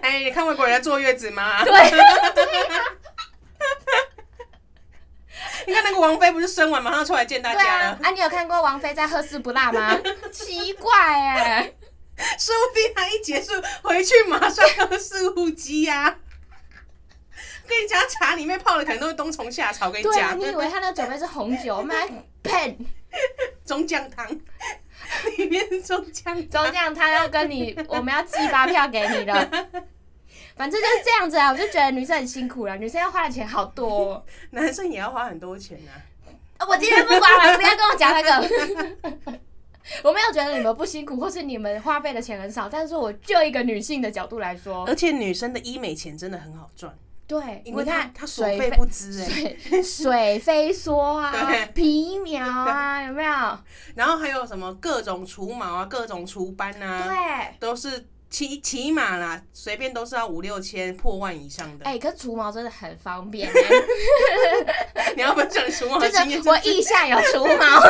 哎，你看外国人在坐月子 吗？ 对，啊你看那个王菲不是生完马上出来见大对家啊了，，啊，你有看过王菲在喝四不辣 吗？奇怪哎、 说不定她一结束回去马上喝四五鸡呀。啊 跟你讲，茶里面泡的可能都是冬虫夏草，跟你对啊，讲你，以为他那酒杯是红 酒吗？骗！中姜汤 里面是中姜就汤这。样，他要跟你，我们要寄发票给 你了。反正就是这样子啊，我就觉得女生很辛苦了，女生要花的钱好多哦、 男生也要花很多钱啊。啊我今天不管了，不要跟我讲那个。 我没有觉得你们不辛苦，或是你们花费的钱很少，但是我就一个女性的角度来说，而且女生的医美钱真的很好赚，对，因为呃哎你她看她所水费费不支哎、水水飞梭啊对，皮秒啊，有没有？然后还有什么各种除毛啊，各种除斑啊，对。都是起起码啦，随便都是要五六千、破万以上的。哎、可是除毛真的很方便、 你要分享除毛的经真验的，我腋下有除毛，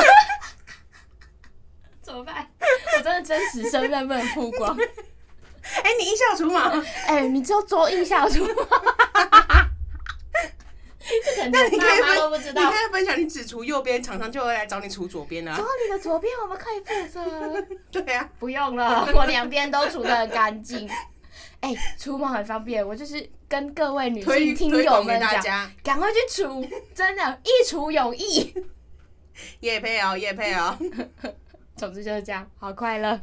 怎么办？我真的真实身份不能曝光。哎、你一下除毛， 哎、你只有左腋下有除毛，这可那能你你可以爸妈分，都不知你道。可以分享，你只除右边，厂商就会来找你除左边除啊。你的左边，我们可以负责。 对啊，不用了，我两边都除的很干净。 哎、除毛很方便，我就是跟各位女推性听推友广给们大讲，家，赶快去除，真的，一除永逸。叶配哦，叶配哦。总之就是这样，好快乐。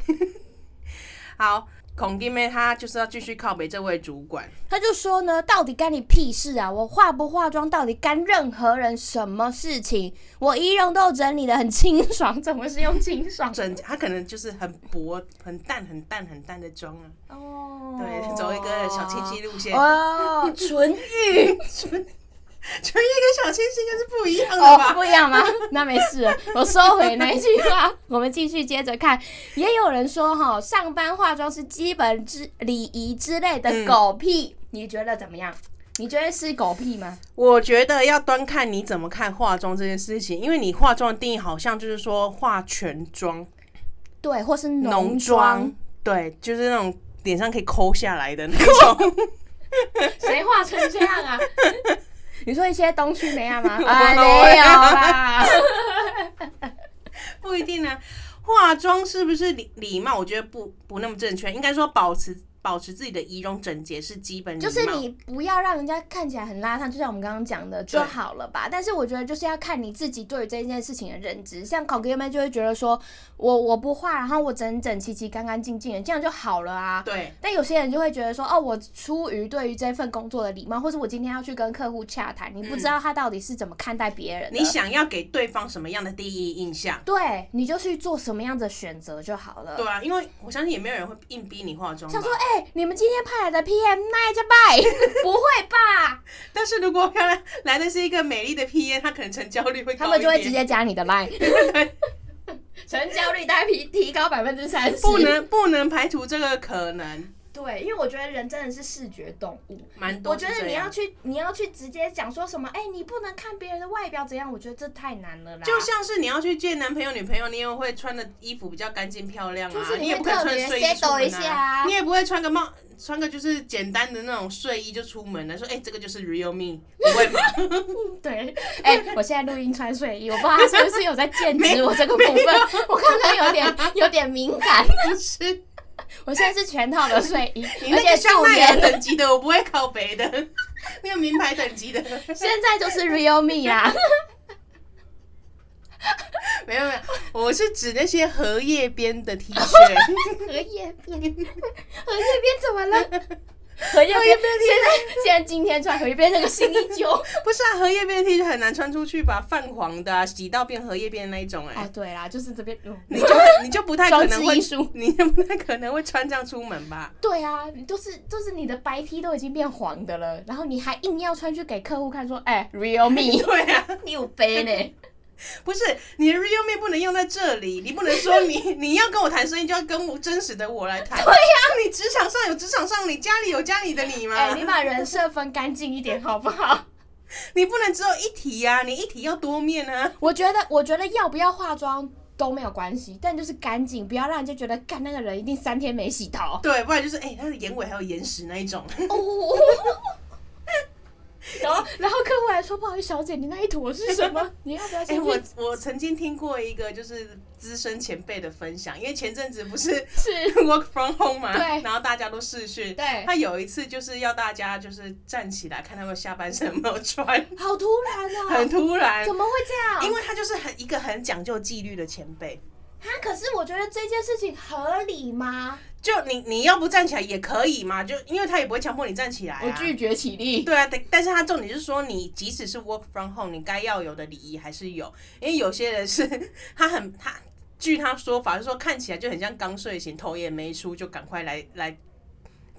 好，孔弟妹她就是要继续靠北这位主管，他就说呢，到底干你屁事啊！我化不化妆，到底干任何人什么事情，我仪容都整理的很清楚。爽怎么是用 清爽？整她可能就是很薄、很淡、很淡、很淡的妆啊。哦对，走一个小清新路线。哦，纯 欲，纯一跟小清新就是不一样的哦，吧？不一样吗？那没事了，我收回那一句话。我们继续接着看，也有人说哈，上班化妆是基本之礼仪之类的嗯狗屁，你觉得怎么样？你觉得是狗屁吗？我觉得要端看你怎么看化妆这件事情，因为你化妆的定义好像就是说化全妆、对，或是浓浓妆妆，，对，就是那种脸上可以抠下来的那种。 谁化成这样啊？ 你说一些东区没啊 吗？啊，我没有啊 啦。 不一定啊，化妆是不是礼礼貌？我觉得不不那么正确，应该说保持保持自己的仪容整洁是基本礼貌。就是你不要让人家看起来很邋遢，就像我们刚刚讲的就好了吧。但是我觉得就是要看你自己对于这件事情的认知。像考哥妹就会觉得说，我我不画，然后我整整齐齐、干干净净的，这样就好了啊。对但有些人就会觉得说，哦，我出于对于这份工作的礼貌，或是我今天要去跟客户洽谈，你不知道他到底是怎么看待别人的。你想要给对方什么样的第一印象？对，你就去做什么样子的选择就好了。对啊，因为我相信也没有人会硬逼你化妆吧想。说，哎、你们今天派来的 PM 那一家拜， 不会吧？但是如果漂亮来的是一个美丽的 P A，她可能成交率会高 他一点们就会直接加你的 line，成交率大概提提高百分之三十。不能不能排除这个可能，对，因为我觉得人真的是视觉动物。蛮多我是这觉样。得你要去，你要去直接讲说什么？哎、你不能看别人的外表怎样？我觉得这太难了啦。就像是你要去见男朋友、女朋友，你也会穿的衣服比较干净漂亮啊，就是你你也会不可能特穿别睡衣出 settle 一门下啊你也不会穿个帽，穿个就是简单的那种睡衣就出门了，说哎、这个就是 real me，不会吧？对， 哎、我现在录音穿睡衣，我不知道他是不是有在兼职我这个部 分，我刚刚有点有点敏感。不是，我现在是全套的睡衣，你而那且个香素奈儿颜，等级的，我不会靠北的，那个名牌等级的，现在就是啊 real me 啦。 没有没有，我是指那些荷叶边的 T 恤。 荷叶边，荷叶边怎么了？ 荷叶边现在现在今天穿荷叶边那个新一旧 哦， 不是啊，荷叶边的 T 恤很难穿出去吧？泛黄的、啊，洗到变荷叶边的那一种、哎、对啦，就是这边，嗯 你就你就不太可能 装会置艺术，你就不太可能会穿这样出门吧？对啊，你就是就是你的白 T 都已经变黄的了，然后你还硬要穿去给客户看，说，哎、r e a l me， 对啊，你有背呢？不是你的 real me 不能用在这里，你不能说你 你要跟我谈生意，就要跟我真实的我来谈。对呀、啊你职场上有职场上你，家里有家里的你嘛， 哎、你把人设分干净一点好不 好？你不能只有一题呀、你一题要多面啊。我觉得，我觉得要不要化妆都没有关系，但就是干净，不要让人家觉得干那个人一定三天没洗头。对，不然就是哎、他的眼尾还有眼屎那一种，哦， 然后然后客户还说不好意思，小姐，你那一坨是什 么？你要不要哎、先去我 我曾经听过一个就是资深前辈的分享，因为前阵子不是吃？ work from home 嘛，对然后大家都试训，对他有一次就是要大家就是站起来看他们下半身有没有穿， 好突然啊！很突然怎，么会这样？因为他就是很一个很讲究纪律的前辈，啊，可是我觉得这件事情合理吗？就你你要不站起来也可以嘛，就因为他也不会强迫你站起哎来、啊，绝起立。对啊，但但是他重点是说，你即使是 work from home，你该要有的礼仪还是有，因为有些人是他很他，据他说法是说看起来就很像刚睡醒，头也没梳，就赶快来来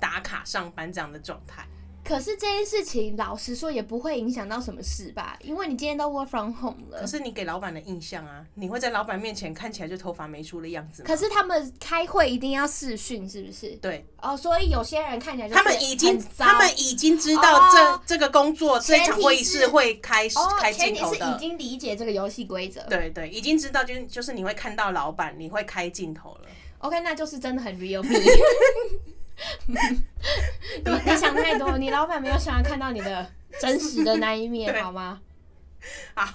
打卡上班这样的状态。可是这件事情，老实说也不会影响到什么事吧？因为你今天都 work from home 了可。是你给老板的印象啊，你会在老板面前看起来就头发没梳的样子吗？可是他们开会一定要视讯，是不是？对哦，所以有些人看起来就是他们已经很，糟他们已经知道这、哦这个工作这一场会议是会开始、哦，开前镜提头是已的，经理解这个游戏规则。对对，已经知道就是就是你会看到老板，你会开镜头了。 OK，那就是真的很 real me。你你想太多，你老板没有想要看到你的真实的那一面，对好吗？好，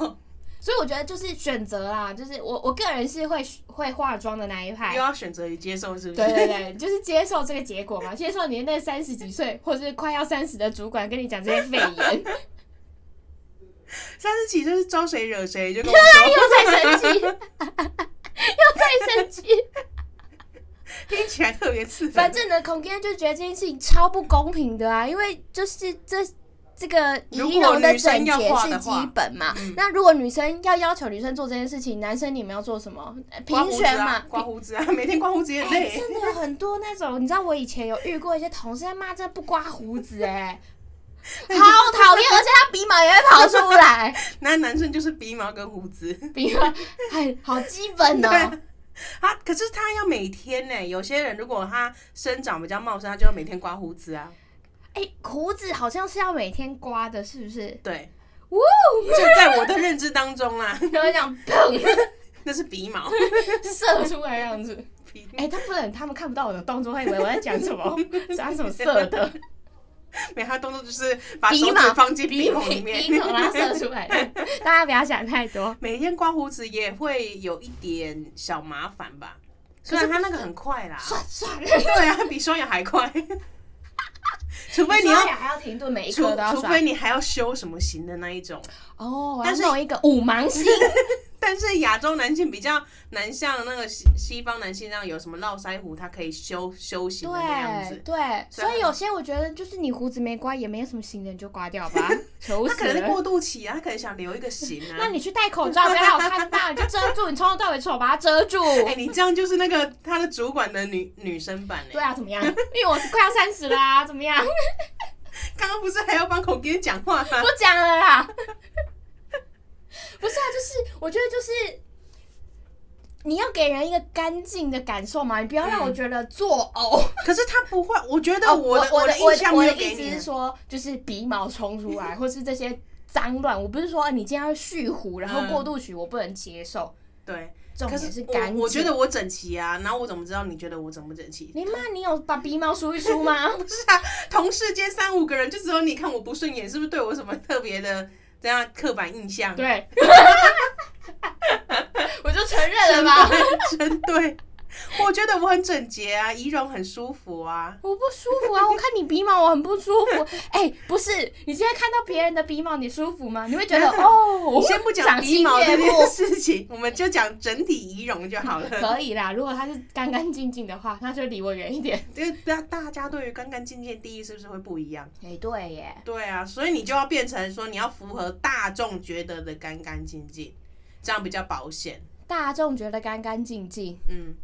所以我觉得就是选择啦，就是我我个人是会会化妆的那一派又。要选择与接受，是不是？哎对对对，就是接受这个结果嘛，接受你那三十几岁或者是快要三十的主管跟你讲这些肺 炎， 三十几就是招谁惹谁，就跟我说，又在生气，又在生气。 听起来特别刺耳。反正呢，孔爹就觉得这件事情超不公平的啊，因为就是这这个仪容整洁是基本嘛。嗯那如果女生要要求女生做这件事情，男生你们要做什么？呃刮平胡子啊权嘛。刮胡子啊，每天刮胡子也哎、累。真的有很多那种，你知道我以前有遇过一些同事在骂，这不刮胡子哎、好讨厌，而且他鼻毛也会跑出来，那男生就是鼻毛跟胡子，鼻毛，哎，好基本哦、对他可是他要每天呢、有些人如果他生长比较茂盛，他就要每天刮胡子啊。哎、胡子好像是要每天刮的，是不是？对，呜，就在我的认知当中啦，然后这样砰 那是鼻 毛。射出来这样子。鼻 哎、他不能，他们看不到我的动作，他以为我在讲什 么，讲什么色的，每他动作就是把鼻手毛指放进 鼻孔里面， 鼻孔拉射出来的。大家不要想太多。 每天刮胡子也会有一点小麻烦吧。虽是然他那个很快啦，算算了，对啊，比刷牙还快。 除非你刷要，牙还要停顿，每一颗都要除除刷。非你还要修什么型的那一种。哦，我要但是弄一个五芒星，但是亚洲男性比较难像那个西西方男性那样有什么络腮胡，他可以修修型的那样对子。啊对，所以所以有些我觉得就是你胡子没刮，也没有什么型的，你就刮掉 吧，求他死可能是了。过渡期啊，他可能想留一个型啊。那你去戴口罩，不要让我看到，你就遮住，你从头到尾丑把它遮住。 哎、你这样就是那个他的主管的女女生版哎、对啊，怎么样？因为我是快要三十啦，怎么样？刚刚不是还要帮孔爹讲话吗 不？讲了啦。不是啊，就是我觉得就是你要给人一个干净的感受嘛，你不要让我觉得作呕。可是他不会，我觉得哦嗯我的、我的的我印象我没的有意给思你是。说，就是鼻毛冲出 来，或是这些脏乱。我不是说呃你今天要蓄胡，然后嗯过度取，我不能接受。对，重可点是干净我我觉得我整齐啊，然后我怎么知道你觉得我整不整齐？你妈，你有把鼻毛梳一梳吗？不是啊，同事间三五个人，就只有你看我不顺眼，是不是对我有什么特别的这样刻板印象？啊对， 我就承认了吧。针对，针对。我觉得我很整洁啊，仪容很舒服啊。我不舒服 啊！我看你鼻毛，我很不舒 服。哎、不是，你现在看到别人的鼻毛，你舒服吗？你会觉 得哦，先不讲赏鼻心毛悦这目件事情，我们就讲整体仪容就好了。可以啦。如果他是干干净净的话，那就离我远一点。就是大大家对于干干净净的定义是不是会不一样？ 哎、对耶，对啊，所以你就要变成说你要符合大众觉得的干干净净，这样比较保险。大众觉得干干净净，嗯，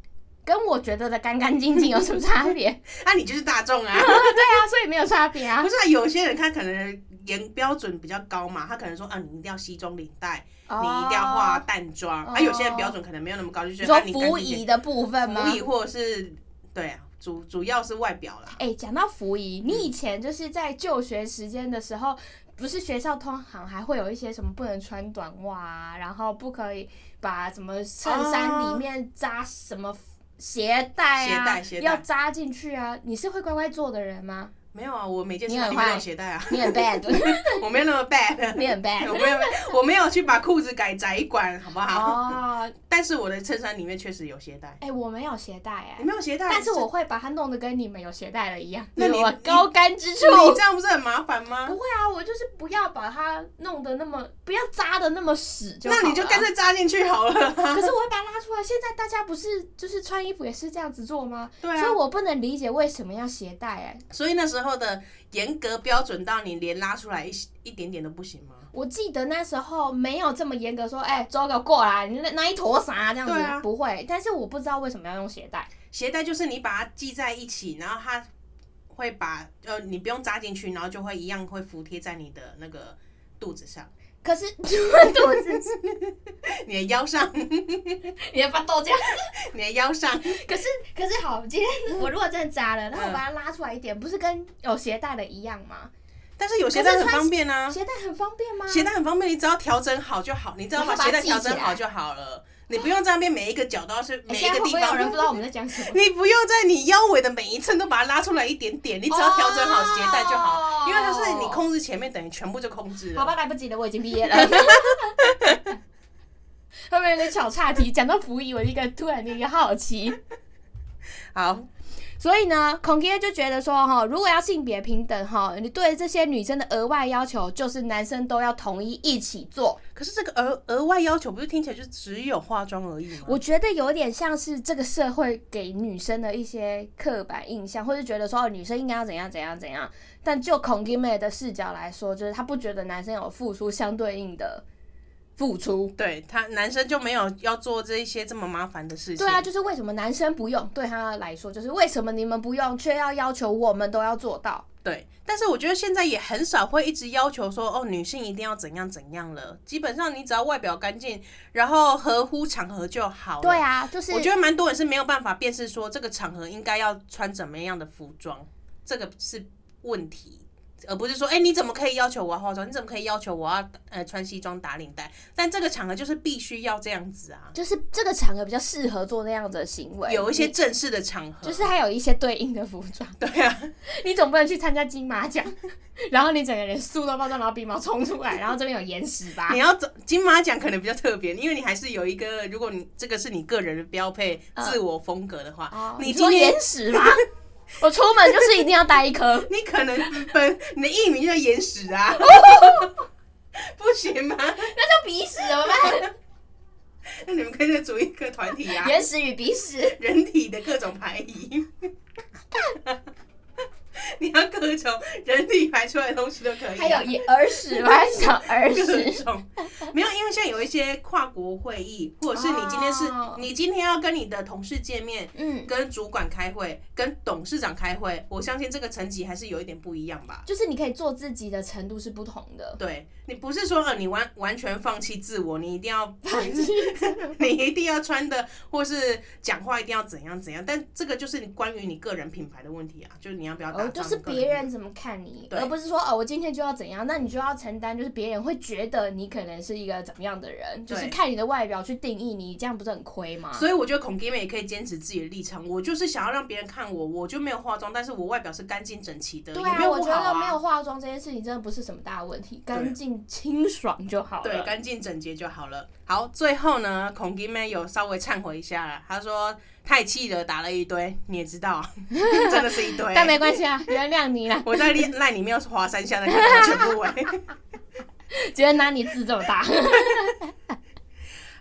跟我觉得的干干净净有什么差 别？啊，你就是大众 啊。对啊，所以没有差别啊 不。是、啊，有些人他可能严标准比较高嘛，他可能说啊，你一定要西装领带，哦你一定要化淡妆。哦啊，有些人标准可能没有那么高，就你觉得说啊，你干服净一仪点的部分吗？服仪或者是对啊，主主要是外表啦。哎、讲到服仪，你以前就是在就学时间的时候，不是学校通常还会有一些什么不能穿短袜啊，然后不可以把什么衬衫里面扎什么鞋带啊，哦鞋带鞋带要扎进去啊。你是会乖乖做的人吗？没有啊，我每件事你很情没坏有鞋带啊，你很 bad，我没有那么 bad，你很 bad 我。没有我没有去把裤子改窄管，好不好？哦，但是我的衬衫里面确实有鞋带，哎、我没有鞋带哎、你没有鞋带，但是我会把它弄得跟你们有鞋带了一样，那你有我高干之处。你这样不是很麻烦吗不？会啊，我就是不要把它弄得那么，不要扎的那么死就好那了。啊你就干脆扎进去好了。 可是我会把它拉出来。现在大家不是就是穿衣服也是这样子做吗？对所啊以，我不能理解为什么要携带、哎，所以那时候的严格标准到你连拉出来一一点点都不行吗？我记得那时候没有这么严格说，哎、周给我过来，你那那一坨啥这样子、对啊不会。但是我不知道为什么要用鞋带。鞋带就是你把它系在一起，然后它会把呃你不用扎进去，然后就会一样会服贴在你的那个肚子上、 可是 肚子，你的腰上、你的发豆浆。你的腰上。 可是可是好，今天我如果真的扎嗯了，然后我把它拉出来一点，不是跟有鞋带的一样吗？但是有鞋带可是很穿方便啊，鞋带很方便吗？鞋带很方便，你只要调整好就好，你只要把然后鞋把它带系起来调整好就好了，你不用在那边每一个角都要是哎每一现在个会地不会有人方。不知道我们在讲什么？你不用在你腰围的每一寸都把它拉出来一点点，你只要调整好鞋带就哦好，因为它是你控制前面，等于全部就控制了。好吧，，来不及了，我已经毕业了。后面有点小岔题，讲到服役，我一个突然间一个好奇，好，所以呢，孔爹就觉得说，哈，如果要性别平等，哈，你对这些女生的额外要求就是男生都要统一一起做。可是这个额额外要求不是听起来就只有化妆而已吗？我觉得有点像是这个社会给女生的一些刻板印象，或是觉得说、哦、女生应该要怎样怎样怎样。但就孔爹妹的视角来说，就是她不觉得男生有付出相对应的付出。对他男生就没有要做这一些这么麻烦的事情。对啊，就是为什么男生不用，对他来说就是为什么你们不用，却要要求我们都要做到。对。但是我觉得现在也很少会一直要求说哦，女性一定要怎样怎样了。基本上你只要外表干净，然后合乎场合就好了。对。啊，就是我觉得蛮多人是没有办法辨识说这个场合应该要穿怎么样的服装，这个是问题，而不是说，哎、你怎么可以要求我要化妆？你怎么可以要求我要呃穿西装打领带？但这个场合就是必须要这样子啊。就是这个场合比较适合做那样的行为，有一些你正式的场合，就是还有一些对应的服装，对啊， 你总不能去参加金马奖， 然后你整个人素到爆炸，然后鼻毛冲出来，然后这边有眼屎吧你？要走金马奖可能比较特别，因为你还是有一个，如果你这个是你个人的标配、嗯自我风格的话，哦，你今说天眼 屎吧？我出门就是一定要带一颗，你可能 本你的艺名就叫岩石啊，不行吗？那叫鼻屎怎么办？那你们可以再组一个团体啊，眼屎与鼻屎， 人体的各种排 遗。 你要各种人体排出来的东西都可以，还有眼耳屎吧？ 小耳各屎，种没有，因为现在有一些跨国会议，或者是你今天是、哦你今天要跟你的同事见面，嗯。跟主管开会，跟董事长开会，我相信这个层级还是有一点不一样吧。就是你可以做自己的程度是不同的。对你不是说呃你完完全放弃自我，你一定要对 你一定要穿的，或是讲话一定要怎样怎样，但这个就是你关于你个人品牌的问题啊，就是你要不要打造哦，你个就人是品牌、别人怎么看你，对而不是说哦，我今天就要怎样，那你就要承担，就是别人会觉得你可能是一个怎么样的人，就是对看你的外表去定义你，这样不是很亏吗？所以我觉得孔弟妹也可以坚持自己的立场，我就是想要让别人看我，我就没有化妆，但是我外表是干净整齐的，对也啊，没有我不觉好啊。得没有化妆这件事情真的不是什么大问题，干净清爽就好了。对，干净整洁就好了。好，最后呢，孔弟妹有稍微忏悔一下了，她说太气了，打了一堆，你也知道， 真的是一堆。 但没关系啊，原谅你啦，我在赖里面滑三下，再看她全部围。觉得拿你字这么大，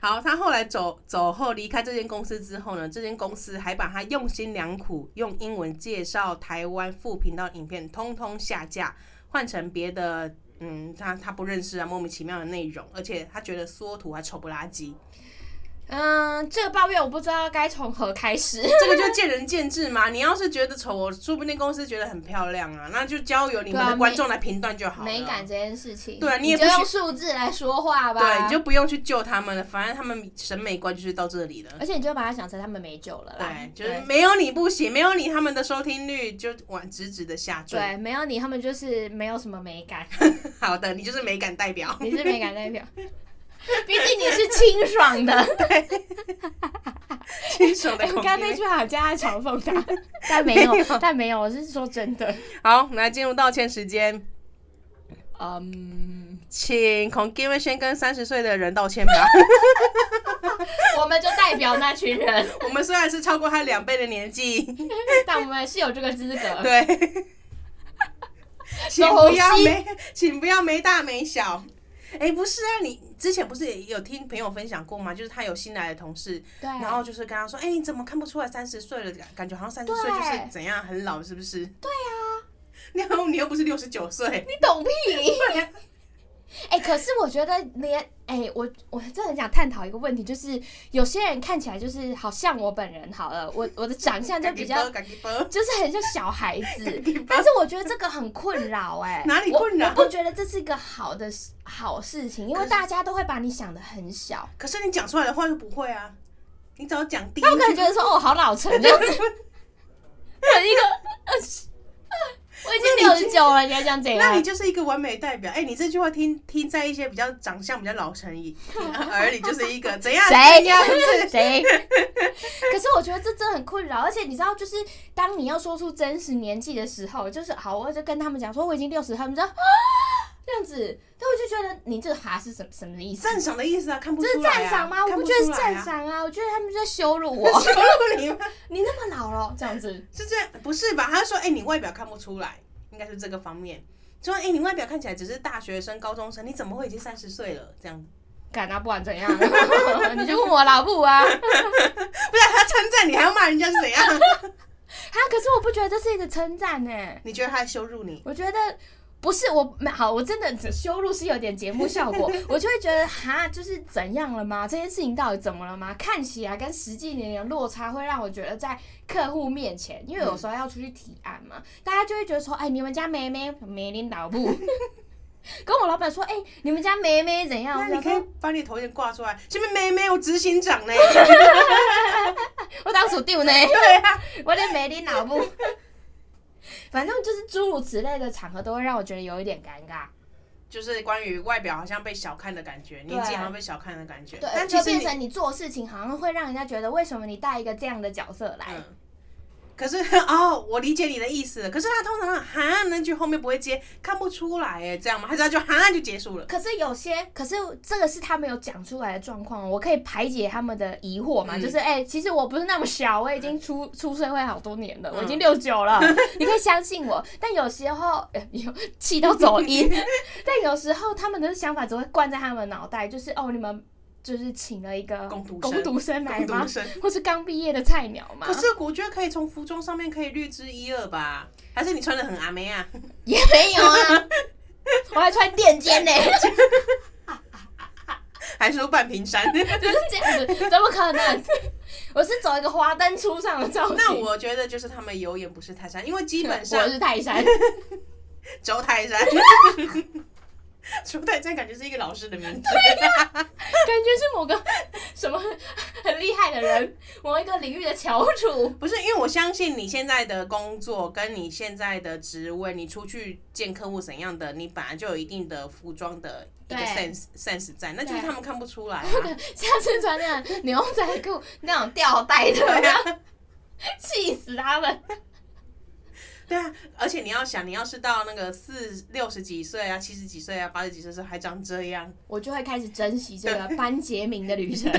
好，她后来走走后离开这间公司之后呢，这间公司还把她用心良苦用英文介绍台湾副频道影片，通通下架，换成别的。嗯，她她不认识啊，莫名其妙的内容，而且她觉得缩图还丑不拉几，嗯，这个抱怨我不知道该从何开始。这个就见仁见智嘛。你要是觉得丑，说不定公司觉得很漂亮啊，那就交由你们对的啊观美众来评断就好了。美感这件事情，对啊你你也就不需用数字来说话吧。对，你就不用去救他们了，反正他们审美观就是到这里了。而且你就把它想成他们没救了啦。对，就是没有你不行，没有你他们的收听率就往直直的下坠。对，没有你，他们就是没有什么美 感。 好的，你就是美感代表。 你是美感代表，毕竟你是清爽的。 新手的哎，我恐刚刚那惧。句好像在嘲讽 他，但没没有有，但没有，我是说真的。好，来进入道歉时间，嗯，请孔 g i v 先跟三十岁的人道 歉吧。我们就代表那群人，我们虽然是超过他两倍的年 纪，但我们是有这个资格。对。 请走不要心没， 请不要没大没小。哎、不是啊，你之前不是也有听朋友分享过吗？就是他有新来的同事，对，然后就是跟他说：“哎、你怎么看不出来三十岁了？感感觉好像三十岁对啊就是怎样很老，是不是？”对 呀、你又你又不是六十九岁，你懂屁！哎、可是我觉得连哎、我我真的很想探讨一个问题，就是有些人看起来就是好像我本人好了，我我的长相就 比较感激波就是很像小孩子感激，波 但是我觉得这个很困扰哎、哪里困扰我？我不觉得这是一个好的事好事情，因为大家都会把你想的很小，可是你讲出来的话就不会啊，你只要讲第一他们可能句觉得说哦好老成这样子，我一个二十，我已经那六你十九了，你还想怎 那你样？就是一个完美代表。哎、你这句话听听在一些比较长相比较老成 一耳里，就是一个怎样谁。怎样子谁？可是我觉得这真的很困扰，而且你知道，就是当你要说出真实年纪的时候，就是好，我就跟他们讲说我已经六十，他们就啊这样子，但我就觉得你这个哈是什么什么意思？赞赏的意思啊，看不这出是来、啊。赞赏吗？我看不不觉得出是来赞 啊。。赏啊，我觉得他们是在羞辱我羞辱你吗？你那么老了，这样子，是这样，不是吧？他说，哎、你外表看不出来，应该是这个方面。说，哎、你外表看起来只是大学生、高中生，你怎么会已经三十岁了？这样子，敢啊，不管怎样， 你就问我老母 啊。不是 他称赞你，还要骂人家是啊怎样？哈，可是我不觉得这是一个称赞呢，欸你觉得他在羞辱你？我觉得。不是我没好，我真的羞辱是有点节目效果， 我就会觉得哈，就是怎样了吗？这件事情到底怎么了吗？看起来跟实际年龄的落差会让我觉得在客户面前，因为有时候要出去提案嘛，大家就会觉得说，哎、你们家梅梅梅领导部， 跟我老板说，哎、你们家梅梅怎样？那我想你说可以把你的头先挂出来，前面没没有执行 长呢？我当属丢呢，对啊， 我的美丽脑部。反正就是诸如此类的场合，都会让我觉得有一点尴尬。就是关于外表好像被小看的感觉， 年纪好像被小看的感觉。但其对，就实变你，成你做事情好像会让人家觉得，为什么你带一个这样的角色来？嗯，可是哦，我理解你的意思了。可是他通常哈那句后面不会接，看不出来哎，这样吗？还是他就哈就结 束了？可是有些，可是这个是他们有讲出来的状况，我可以排解他们的疑惑嘛？嗯就是哎、其实我不是那么小，我已经出出社会好多年了，嗯我已经六九了，你可以相信我。但有时候，呃有气到走 音，但有时候他们的想法只会灌在他们的脑袋，就是哦，你们就是请了一个工读生 工读生来工吗读？生。或是刚毕业的菜鸟吗可？是我觉得可以从服装上面可以略知一二吧，还是你穿的很阿梅啊？ 也没有啊，我还穿垫肩呢。还是说半屏 山？就是这样子，怎么可能？我是走一个华灯初上的造型。那我觉得就是他们有眼不识泰山，因为基本我上是 泰山，周泰山， 周泰山感觉是一个老师的名字。 感觉是某个什么很厉害的人，某一个领域的翘楚。不是，因为我相信你现在的工作跟你现在的职位，你出去见客户怎样的，你本来就有一定的服装的一个对 sense sense 在，那就是对他们看不出来、 啊。下次穿那种牛仔裤，那种吊带的，对啊，气死他们！对啊，而且你要想，你要是到那个四六十几岁啊、七十几岁啊、八十几岁的时候还长这样，我就会开始珍惜这个班杰明 的旅程。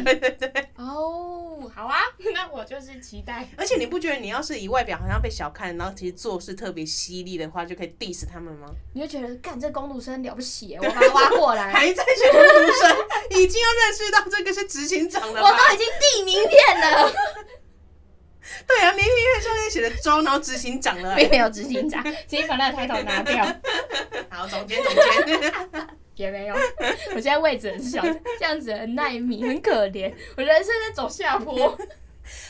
哦好啊，那我就是期待。而且你不觉得你要是以外表好像被小看，然后其实做事特别犀利的话，就可以 diss 他们吗？你就觉得，干这公主生了不起耶，我把她挖过 来，还在学工读生，已经要认识到这个是执行长我了吧？都已经递名片了。对啊，明明月上面写的周，然后执行长了、并没有执行长，请你把那个抬头拿掉。好，总监总监。也没有，我现在位置很小，这样子很耐米，很可怜，我人生在走下坡。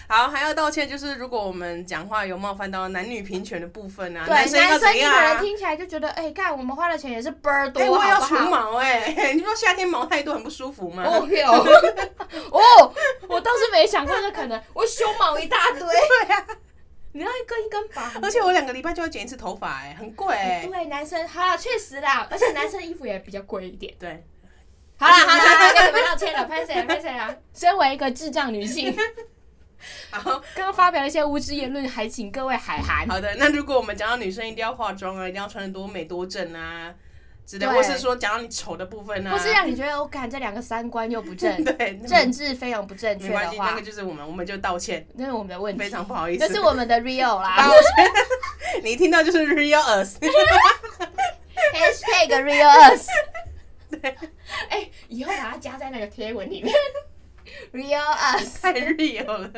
好，还要道歉，就是如果我们讲话有冒犯到男女平权的部分啊，对，男生要生怎一样个人啊？听起来就觉得，哎、看我们花的钱也是倍儿多，哎，我也要好除不好？毛哎、 你不知道夏天毛太多很不舒服吗？ 哦哟，哦，我倒是没想过这可能，我胸毛一大堆，对啊，你要一根一根拔。 而且我两个礼拜就要剪一次头发哎、很贵哎、对，男生好啦，确实啦，而且男生衣服也比较贵一点。对，好啦好啦好啦，跟你们道歉了，拍谁拍谁啊？身为一个智障女性，好刚刚发表了一些无知言论，还请各位海涵。好的，那如果我们讲到女生一定要化妆啊，一定要穿的多美多正啊之类，对或是说讲到你丑的部分啊，，或是让你觉得我感这两个三观又不 正 对那政治非常不正没确关的系，那话个，就是我们，我们就道歉，那是我们的问非题，常不好意思。那是我们的 real 啊，啦我觉得 你一听到就是 real us， ，hashtag real us。对， 哎，以后把它加在那个贴文里面 ，real us。太 real 了。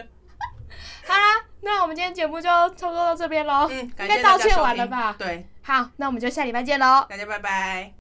好啦，那我们今天节目就差不多到这边喽。嗯，应感该谢道大家歉收完了听吧？对，好，那我们就下礼拜见喽。大家拜拜。